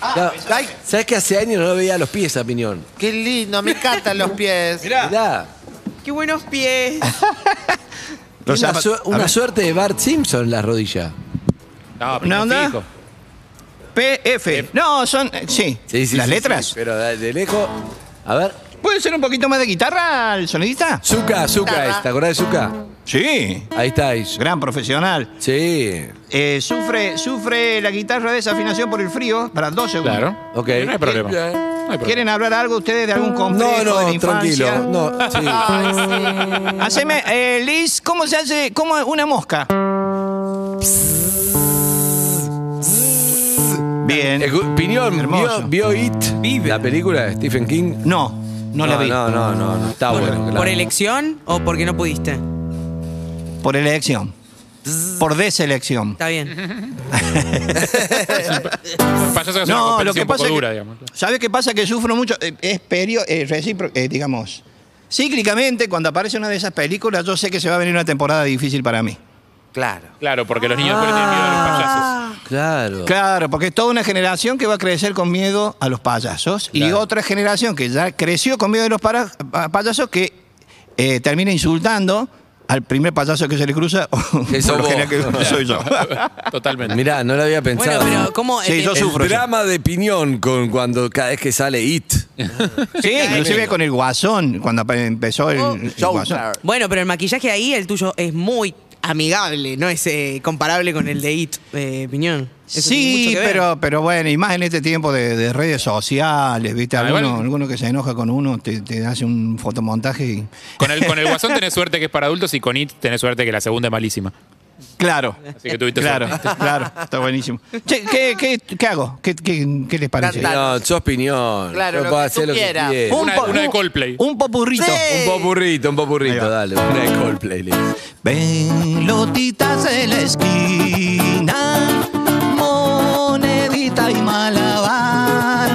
[SPEAKER 2] Claro,
[SPEAKER 5] Ay,
[SPEAKER 2] ¿Sabes que hace años no lo veía a los pies a Piñón?
[SPEAKER 5] qué lindo, me encantan los pies.
[SPEAKER 2] Mirá.
[SPEAKER 6] ¡Qué buenos pies!
[SPEAKER 3] Los
[SPEAKER 2] Una,
[SPEAKER 3] zapat-
[SPEAKER 2] su- una
[SPEAKER 3] A ver.
[SPEAKER 2] suerte de Bart Simpson en la rodilla.
[SPEAKER 4] No,
[SPEAKER 3] ¿Una onda?
[SPEAKER 4] fijo.
[SPEAKER 3] PF. No, son. eh, Sí.
[SPEAKER 2] Sí, sí,
[SPEAKER 3] ¿Las
[SPEAKER 2] sí,
[SPEAKER 3] letras?
[SPEAKER 2] sí, pero de, de lejos. A ver.
[SPEAKER 3] ¿Puede ser un poquito más de guitarra al sonidista?
[SPEAKER 2] Zuka, Zuka, es, ¿te acordás de Zuka?
[SPEAKER 3] Sí.
[SPEAKER 2] Ahí está, ahí.
[SPEAKER 3] Gran profesional.
[SPEAKER 2] Sí,
[SPEAKER 3] Eh, sufre, sufre la guitarra de desafinación por el frío para dos segundos.
[SPEAKER 4] Claro.
[SPEAKER 2] ok.
[SPEAKER 4] No hay problema. No hay problema.
[SPEAKER 3] ¿Quieren hablar algo ustedes de algún complejo
[SPEAKER 2] No,
[SPEAKER 3] de la
[SPEAKER 2] no,
[SPEAKER 3] infancia?
[SPEAKER 2] tranquilo. No, sí.
[SPEAKER 3] Haceme, eh, Liz, ¿cómo se hace cómo una mosca? Bien.
[SPEAKER 2] Escu- Piñón,
[SPEAKER 3] Hermoso.
[SPEAKER 2] ¿vio, vio It? La película de Stephen King.
[SPEAKER 3] No, no, la vi.
[SPEAKER 2] No, no, no, no, está bueno. claro.
[SPEAKER 6] ¿Por elección o porque no pudiste?
[SPEAKER 3] Por elección. Por deselección.
[SPEAKER 6] Está bien.
[SPEAKER 4] Payaso que es una
[SPEAKER 3] No, lo
[SPEAKER 4] competencia
[SPEAKER 3] que
[SPEAKER 4] un poco
[SPEAKER 3] pasa es que-
[SPEAKER 4] dura, digamos.
[SPEAKER 3] ¿Sabes qué pasa? Que sufro mucho. eh, es perio- eh, recípro- eh, digamos. Cíclicamente, cuando aparece una de esas películas, yo sé que se va a venir una temporada difícil para mí.
[SPEAKER 5] Claro.
[SPEAKER 4] Claro, porque los niños pueden tener miedo a los payasos.
[SPEAKER 3] Ah.
[SPEAKER 2] Claro.
[SPEAKER 3] Claro, porque es toda una generación que va a crecer con miedo a los payasos y otra generación que ya creció con miedo a los para- a payasos que eh, termina insultando al primer payaso que se le cruza. (laughs) o
[SPEAKER 2] Que
[SPEAKER 3] por
[SPEAKER 2] sos
[SPEAKER 3] lo
[SPEAKER 2] vos.
[SPEAKER 3] general
[SPEAKER 4] (laughs)
[SPEAKER 3] que soy yo.
[SPEAKER 4] Totalmente.
[SPEAKER 2] Mirá, no lo había
[SPEAKER 6] Bueno,
[SPEAKER 2] pensado.
[SPEAKER 6] pero ¿cómo?
[SPEAKER 3] Sí, yo
[SPEAKER 6] eh,
[SPEAKER 3] sufro.
[SPEAKER 2] el drama de Piñón con cuando cada vez que sale It.
[SPEAKER 3] sí, inclusive con el guasón, cuando ap- empezó el, el guasón.
[SPEAKER 5] Joker.
[SPEAKER 6] Bueno, pero el maquillaje ahí, el tuyo, es muy amigable, no es eh, comparable con el de It, eh, Piñón. Eso tiene mucho
[SPEAKER 3] Sí,
[SPEAKER 6] que ver.
[SPEAKER 3] pero, pero bueno, y más en este tiempo de, de redes sociales, ¿viste?
[SPEAKER 4] Ah,
[SPEAKER 3] Alguno,
[SPEAKER 4] igual-
[SPEAKER 3] alguno que se enoja con uno te, te hace un fotomontaje y...
[SPEAKER 4] Con el, con el Guasón tenés suerte que es para adultos y con IT tenés suerte que la segunda es malísima.
[SPEAKER 3] Claro.
[SPEAKER 4] Así que tuviste
[SPEAKER 3] Claro,
[SPEAKER 4] suerte.
[SPEAKER 3] claro, está buenísimo. Che, ¿qué, qué, qué hago? ¿Qué, qué, qué les parece?
[SPEAKER 5] Cantar.
[SPEAKER 2] No, sos Piñón.
[SPEAKER 5] Claro,
[SPEAKER 2] Yo
[SPEAKER 5] lo
[SPEAKER 2] puedo
[SPEAKER 5] que
[SPEAKER 2] hacer
[SPEAKER 5] tú
[SPEAKER 2] lo que
[SPEAKER 5] quieras.
[SPEAKER 2] quiera.
[SPEAKER 4] Una-
[SPEAKER 3] po-
[SPEAKER 4] una de Coldplay.
[SPEAKER 3] Un popurrito.
[SPEAKER 2] Un popurrito, un
[SPEAKER 3] Ahí
[SPEAKER 2] popurrito,
[SPEAKER 3] va.
[SPEAKER 2] dale. Una de Coldplay. Liz.
[SPEAKER 3] Ven, lotitas de la esquina, monedita y malabar.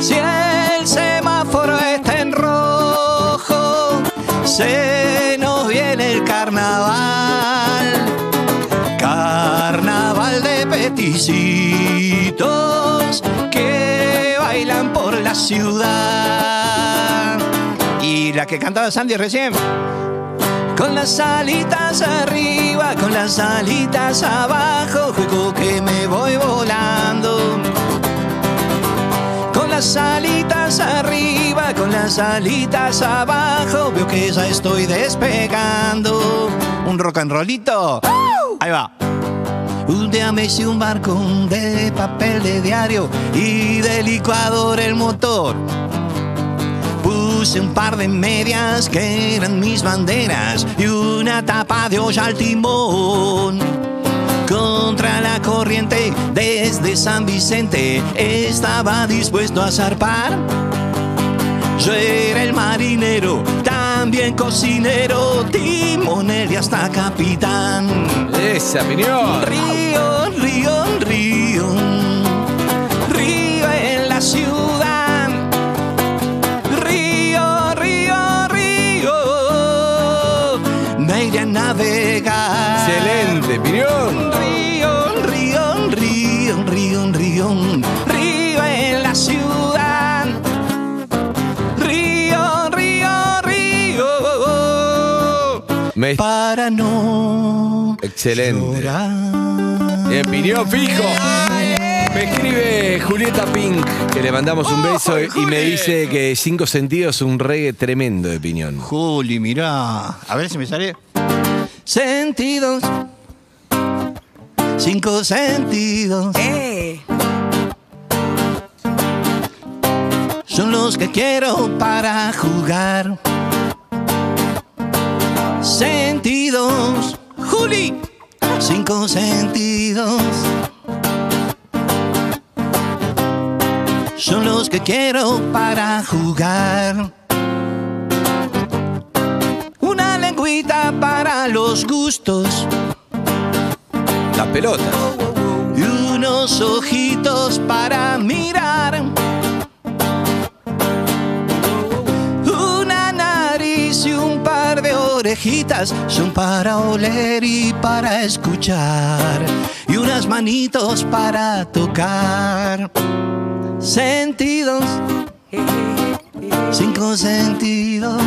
[SPEAKER 3] Si el semáforo está en rojo, se nos viene el carnaval. Carnaval de peticitos que bailan por la ciudad. Y la que cantaba Sandy recién. Con las alitas arriba, con las alitas abajo, juego que me voy volando. Con las alitas arriba, con las alitas abajo, veo que ya estoy despegando. Un rock and rollito. Ahí va. Un día me hice un barco de papel de diario y de licuador el motor. Puse un par de medias que eran mis banderas y una tapa de olla al timón. Contra la corriente desde San Vicente estaba dispuesto a zarpar. Yo era el marinero, también cocinero, timonel y hasta capitán.
[SPEAKER 2] Esa, Piñón.
[SPEAKER 3] Río, río, río. Río en la ciudad. Río, río, río. Me iré a navegar.
[SPEAKER 2] Excelente, Piñón.
[SPEAKER 3] Río, río, río, río, río. Río en la ciudad. Río, río, río.
[SPEAKER 2] Me-
[SPEAKER 3] Para no.
[SPEAKER 2] Excelente.
[SPEAKER 3] llorar.
[SPEAKER 2] Bien, Piñón fijo. Me escribe Julieta Pink, que le mandamos un beso y- y me dice que Cinco Sentidos es un reggae tremendo de Piñón.
[SPEAKER 3] Juli, mirá. A ver si me sale. Sentidos. Cinco sentidos.
[SPEAKER 6] Eh,
[SPEAKER 3] Son los que quiero para jugar. Sentidos. Juli. Cinco sentidos. Son los que quiero para jugar. Una lengüita para los gustos.
[SPEAKER 2] Las pelotas.
[SPEAKER 3] y unos ojitos para mirar. Una nariz y un par de orejitas son para oler y para escuchar. Y unas manitos para tocar. Sentidos. Cinco sentidos.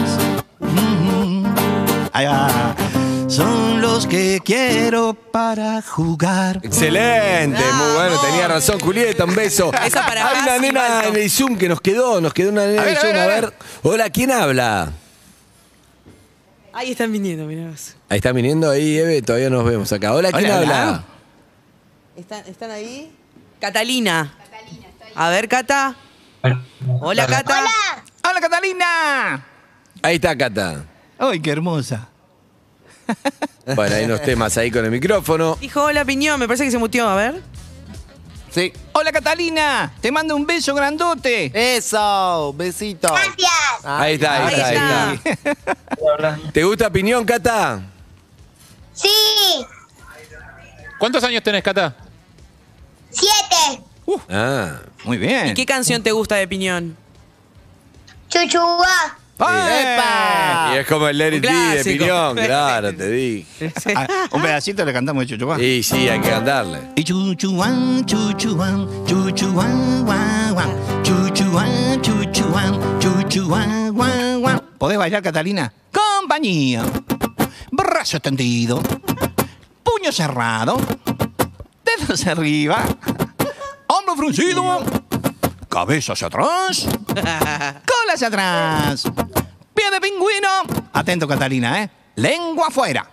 [SPEAKER 3] Mm. Ahí va. mm-hmm. Son los los que quiero para jugar.
[SPEAKER 2] Excelente, muy bueno, tenía razón Julieta, un beso.
[SPEAKER 6] Esa para
[SPEAKER 2] Hay una
[SPEAKER 6] Gassi,
[SPEAKER 2] nena
[SPEAKER 6] Balto.
[SPEAKER 2] en el Zoom que nos quedó, nos quedó una nena en
[SPEAKER 3] A
[SPEAKER 2] el
[SPEAKER 3] ver, a
[SPEAKER 2] Zoom,
[SPEAKER 3] ver,
[SPEAKER 2] a
[SPEAKER 3] a
[SPEAKER 2] ver.
[SPEAKER 3] ver.
[SPEAKER 2] Hola, ¿quién habla?
[SPEAKER 6] Ahí están viniendo, mirá vos.
[SPEAKER 2] Ahí está viniendo ahí, Eve, todavía nos vemos acá. Hola, ¿quién
[SPEAKER 3] Hola,
[SPEAKER 2] habla?
[SPEAKER 3] hola.
[SPEAKER 6] ¿Están, están ahí? Catalina. A ver, Cata. Hola, Cata.
[SPEAKER 3] ¡Hola, Catalina!
[SPEAKER 2] Ahí está Cata.
[SPEAKER 3] ¡Ay, qué hermosa!
[SPEAKER 2] Bueno, hay unos temas ahí con el micrófono.
[SPEAKER 6] Dijo hola, Piñón. Me parece que se mutió, a ver.
[SPEAKER 5] Sí.
[SPEAKER 3] ¡Hola, Catalina! ¡Te mando un beso grandote!
[SPEAKER 5] Eso, besito.
[SPEAKER 8] Gracias.
[SPEAKER 5] Ah,
[SPEAKER 2] Ahí está, ahí,
[SPEAKER 6] Ahí
[SPEAKER 2] está,
[SPEAKER 6] está.
[SPEAKER 2] ahí está. ¿Te gusta Piñón, Cata?
[SPEAKER 8] Sí.
[SPEAKER 4] ¿Cuántos años tenés, Cata?
[SPEAKER 8] Siete.
[SPEAKER 2] Ah.
[SPEAKER 3] Muy bien.
[SPEAKER 6] ¿Qué canción te gusta de Piñón?
[SPEAKER 8] Chuchuá.
[SPEAKER 3] ¡Ay!
[SPEAKER 2] Y es como el Larry
[SPEAKER 6] Un
[SPEAKER 2] It Be Ah. de
[SPEAKER 6] clásico.
[SPEAKER 2] Piñón, claro, te dije.
[SPEAKER 3] (laughs) Ah, un pedacito le cantamos de Chuchuá.
[SPEAKER 2] Y sí, hay que cantarle.
[SPEAKER 3] Y chuchuán, chuchuán, chuchuán, guau, guau. Chuchuán, chuchuán, chuchuán, guau, guau. ¿Podés bailar, Catalina? Compañía. Brazo tendido. Puño cerrado. Dedos arriba. Hombro fruncido. Cabeza hacia atrás. Cola hacia atrás. Pie de pingüino. Atento, Catalina, ¿eh? Lengua afuera.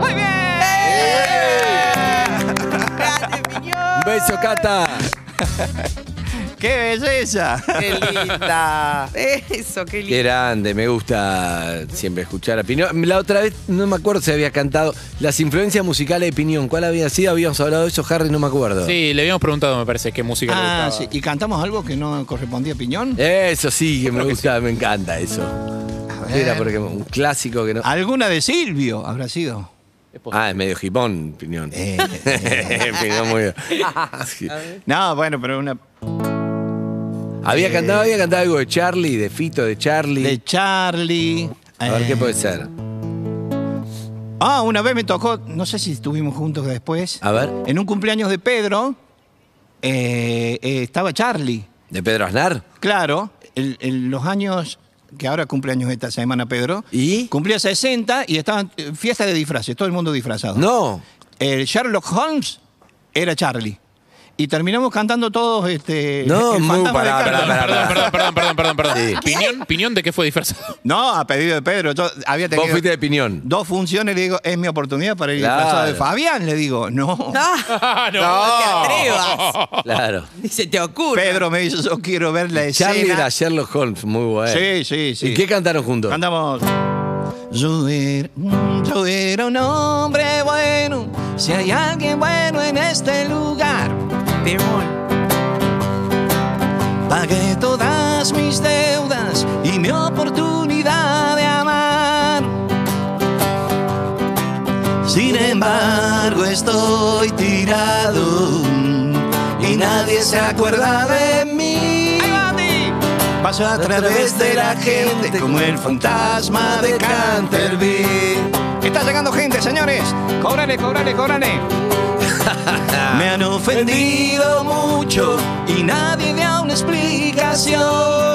[SPEAKER 3] Muy bien.
[SPEAKER 2] Un beso, Cata.
[SPEAKER 3] ¡Qué belleza!
[SPEAKER 5] Qué linda.
[SPEAKER 6] Eso, qué lindo.
[SPEAKER 2] Qué grande, me gusta siempre escuchar a Piñón. La otra vez, no me acuerdo si había cantado las influencias musicales de Piñón. ¿Cuál había sido? Habíamos hablado de eso, Harry, no me acuerdo.
[SPEAKER 4] Sí, le habíamos preguntado, me parece, qué música le
[SPEAKER 3] Ah,
[SPEAKER 4] gustaba.
[SPEAKER 3] sí. ¿Y cantamos algo que no correspondía a Piñón?
[SPEAKER 2] Eso sí, que me gusta, me encanta eso.
[SPEAKER 3] ver. Ah,
[SPEAKER 2] Era porque un clásico que no.
[SPEAKER 3] ¿Alguna de Silvio habrá sido?
[SPEAKER 2] Ah, es medio hipón, Piñón.
[SPEAKER 3] Eh,
[SPEAKER 2] (laughs) Piñón muy bien. Sí.
[SPEAKER 3] No, bueno, pero una...
[SPEAKER 2] Había cantado, había cantado algo de Charlie, de Fito, de Charlie.
[SPEAKER 3] Eh. De Charlie.
[SPEAKER 2] A ver
[SPEAKER 3] eh,
[SPEAKER 2] qué puede ser.
[SPEAKER 3] Ah, una vez me tocó, no sé si estuvimos juntos después,
[SPEAKER 2] A ver,
[SPEAKER 3] en un cumpleaños de Pedro, eh, eh, estaba Charlie.
[SPEAKER 2] de Pedro Aznar.
[SPEAKER 3] Claro, el- el- los años que ahora cumpleaños esta semana, Pedro.
[SPEAKER 2] ¿Y?
[SPEAKER 3] Cumplía 60 y estaban eh, fiesta de disfraces, todo el mundo disfrazado.
[SPEAKER 2] No.
[SPEAKER 3] El Sherlock Holmes era Charlie. Y terminamos cantando todos este.
[SPEAKER 2] No,
[SPEAKER 3] el
[SPEAKER 2] muy
[SPEAKER 3] fantasma de
[SPEAKER 2] pará,
[SPEAKER 3] Carlos.
[SPEAKER 2] pará, pará.
[SPEAKER 4] Perdón, perdón, perdón, perdón, perdón, perdón. ¿Piñón? ¿Piñón de qué fue disfrazado?
[SPEAKER 3] No, a pedido de Pedro. Yo había
[SPEAKER 2] Vos
[SPEAKER 3] tenido
[SPEAKER 2] fuiste de Piñón.
[SPEAKER 3] dos funciones, le digo, es mi oportunidad para ir
[SPEAKER 2] Claro.
[SPEAKER 3] disfrazado de Fabián. Le digo, no.
[SPEAKER 6] Ah,
[SPEAKER 4] (laughs) Ah, no.
[SPEAKER 6] no te atrevas.
[SPEAKER 2] Claro.
[SPEAKER 6] (laughs) Ni se te ocurre.
[SPEAKER 3] Pedro me dice, yo quiero ver la escena.
[SPEAKER 2] Charlie era Sherlock Holmes, muy bueno.
[SPEAKER 3] Sí, sí, sí.
[SPEAKER 2] ¿Y qué cantaron juntos?
[SPEAKER 3] Andamos. Yo era, yo era un hombre bueno. Si hay alguien bueno en este lugar,
[SPEAKER 6] Temón.
[SPEAKER 3] pagué todas mis deudas y mi oportunidad de amar. Sin embargo, estoy tirado y nadie se acuerda de mí. Paso a través de la gente como el fantasma de Canterbury. Está llegando gente, señores. Cóbrale, cóbrale, cóbrale. (laughs) Me han ofendido mucho y nadie me da una explicación.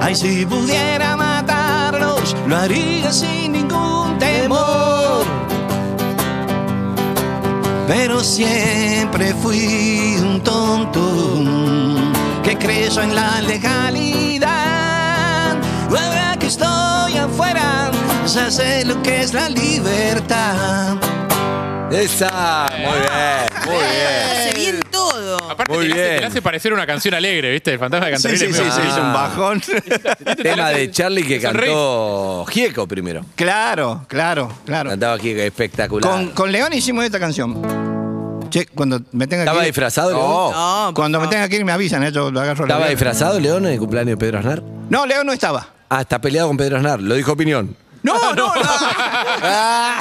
[SPEAKER 3] Ay, si pudiera matarlos, lo haría sin ningún temor. Pero siempre fui un tonto que creyó en la legalidad. Ahora que estoy afuera, ya sé lo que es la libertad.
[SPEAKER 2] Esa. Muy bien, muy bien.
[SPEAKER 6] Hace bien todo.
[SPEAKER 4] Aparte,
[SPEAKER 2] Muy
[SPEAKER 4] te, la hace,
[SPEAKER 2] bien.
[SPEAKER 4] te la hace parecer una canción alegre, ¿viste? El fantasma de Cantabria. es medio-
[SPEAKER 2] sí, es un (laughs)
[SPEAKER 3] bajón.
[SPEAKER 2] Tema de Charlie que
[SPEAKER 4] Es un riff.
[SPEAKER 2] cantó Gieco primero.
[SPEAKER 3] claro, claro, claro.
[SPEAKER 2] Cantaba Gieco, espectacular.
[SPEAKER 3] Con, con León hicimos esta canción. Che, cuando me tenga
[SPEAKER 2] ¿Estaba
[SPEAKER 3] que ir,
[SPEAKER 2] disfrazado? León?
[SPEAKER 6] No, por
[SPEAKER 3] Cuando me
[SPEAKER 6] favor.
[SPEAKER 3] tenga que ir me avisan, eh, yo lo agarro. a
[SPEAKER 2] ¿Estaba
[SPEAKER 3] León.
[SPEAKER 2] disfrazado León en el cumpleaños de Pedro Aznar?
[SPEAKER 3] No, León no estaba.
[SPEAKER 2] Ah, está peleado con Pedro Aznar, lo dijo opinión.
[SPEAKER 3] No, no, no. Ah,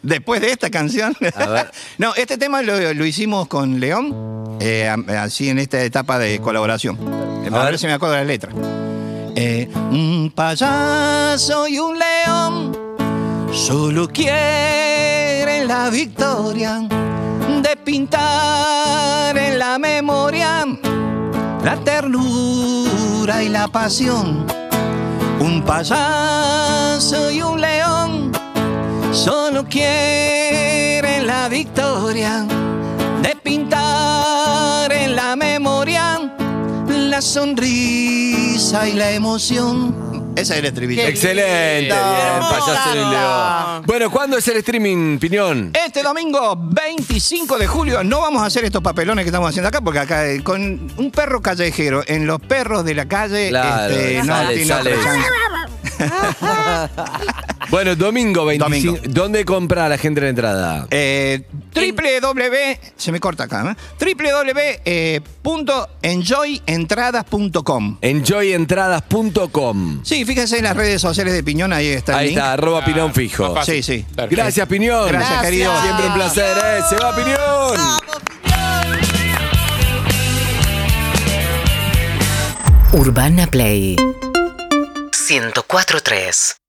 [SPEAKER 3] Después de esta canción.
[SPEAKER 2] A ver.
[SPEAKER 3] No, este tema lo, lo hicimos con León, eh, a- así en esta etapa de colaboración. Eh,
[SPEAKER 2] A
[SPEAKER 3] a
[SPEAKER 2] ver.
[SPEAKER 3] ver si me acuerdo la letra. Eh, un payaso y un león solo quieren la victoria. de pintar en la memoria la ternura y la pasión. Un payaso y un león solo quieren la victoria de pintar en la memoria la sonrisa y la emoción. Esa es el estribillo.
[SPEAKER 2] Excelente, bien, payaso y león. Bueno, ¿cuándo es el streaming, Piñón?
[SPEAKER 3] Este domingo 25 de julio no vamos a hacer estos papelones que estamos haciendo acá, porque acá eh, con un perro callejero, en los perros de la calle,
[SPEAKER 2] Claro,
[SPEAKER 3] este, no
[SPEAKER 2] sale,
[SPEAKER 3] tiene
[SPEAKER 2] sale.
[SPEAKER 3] otra chance.
[SPEAKER 2] Bueno, domingo 25.
[SPEAKER 3] Domingo.
[SPEAKER 2] ¿Dónde compra la gente la entrada?
[SPEAKER 3] Eh, www, se me corta acá, ¿eh? www.enjoyentradas.com.
[SPEAKER 2] Enjoyentradas.com.
[SPEAKER 3] Sí, fíjense en las redes sociales de Piñón, ahí está el
[SPEAKER 2] Ahí
[SPEAKER 3] link. Ah,
[SPEAKER 2] está, arroba Piñón Fijo.
[SPEAKER 3] fácil. Sí, sí.
[SPEAKER 4] Perfecto.
[SPEAKER 2] Gracias, Piñón.
[SPEAKER 3] Gracias, querido.
[SPEAKER 2] Siempre un placer, ¿eh? Se va, Piñón.
[SPEAKER 10] Urbana Play 104.3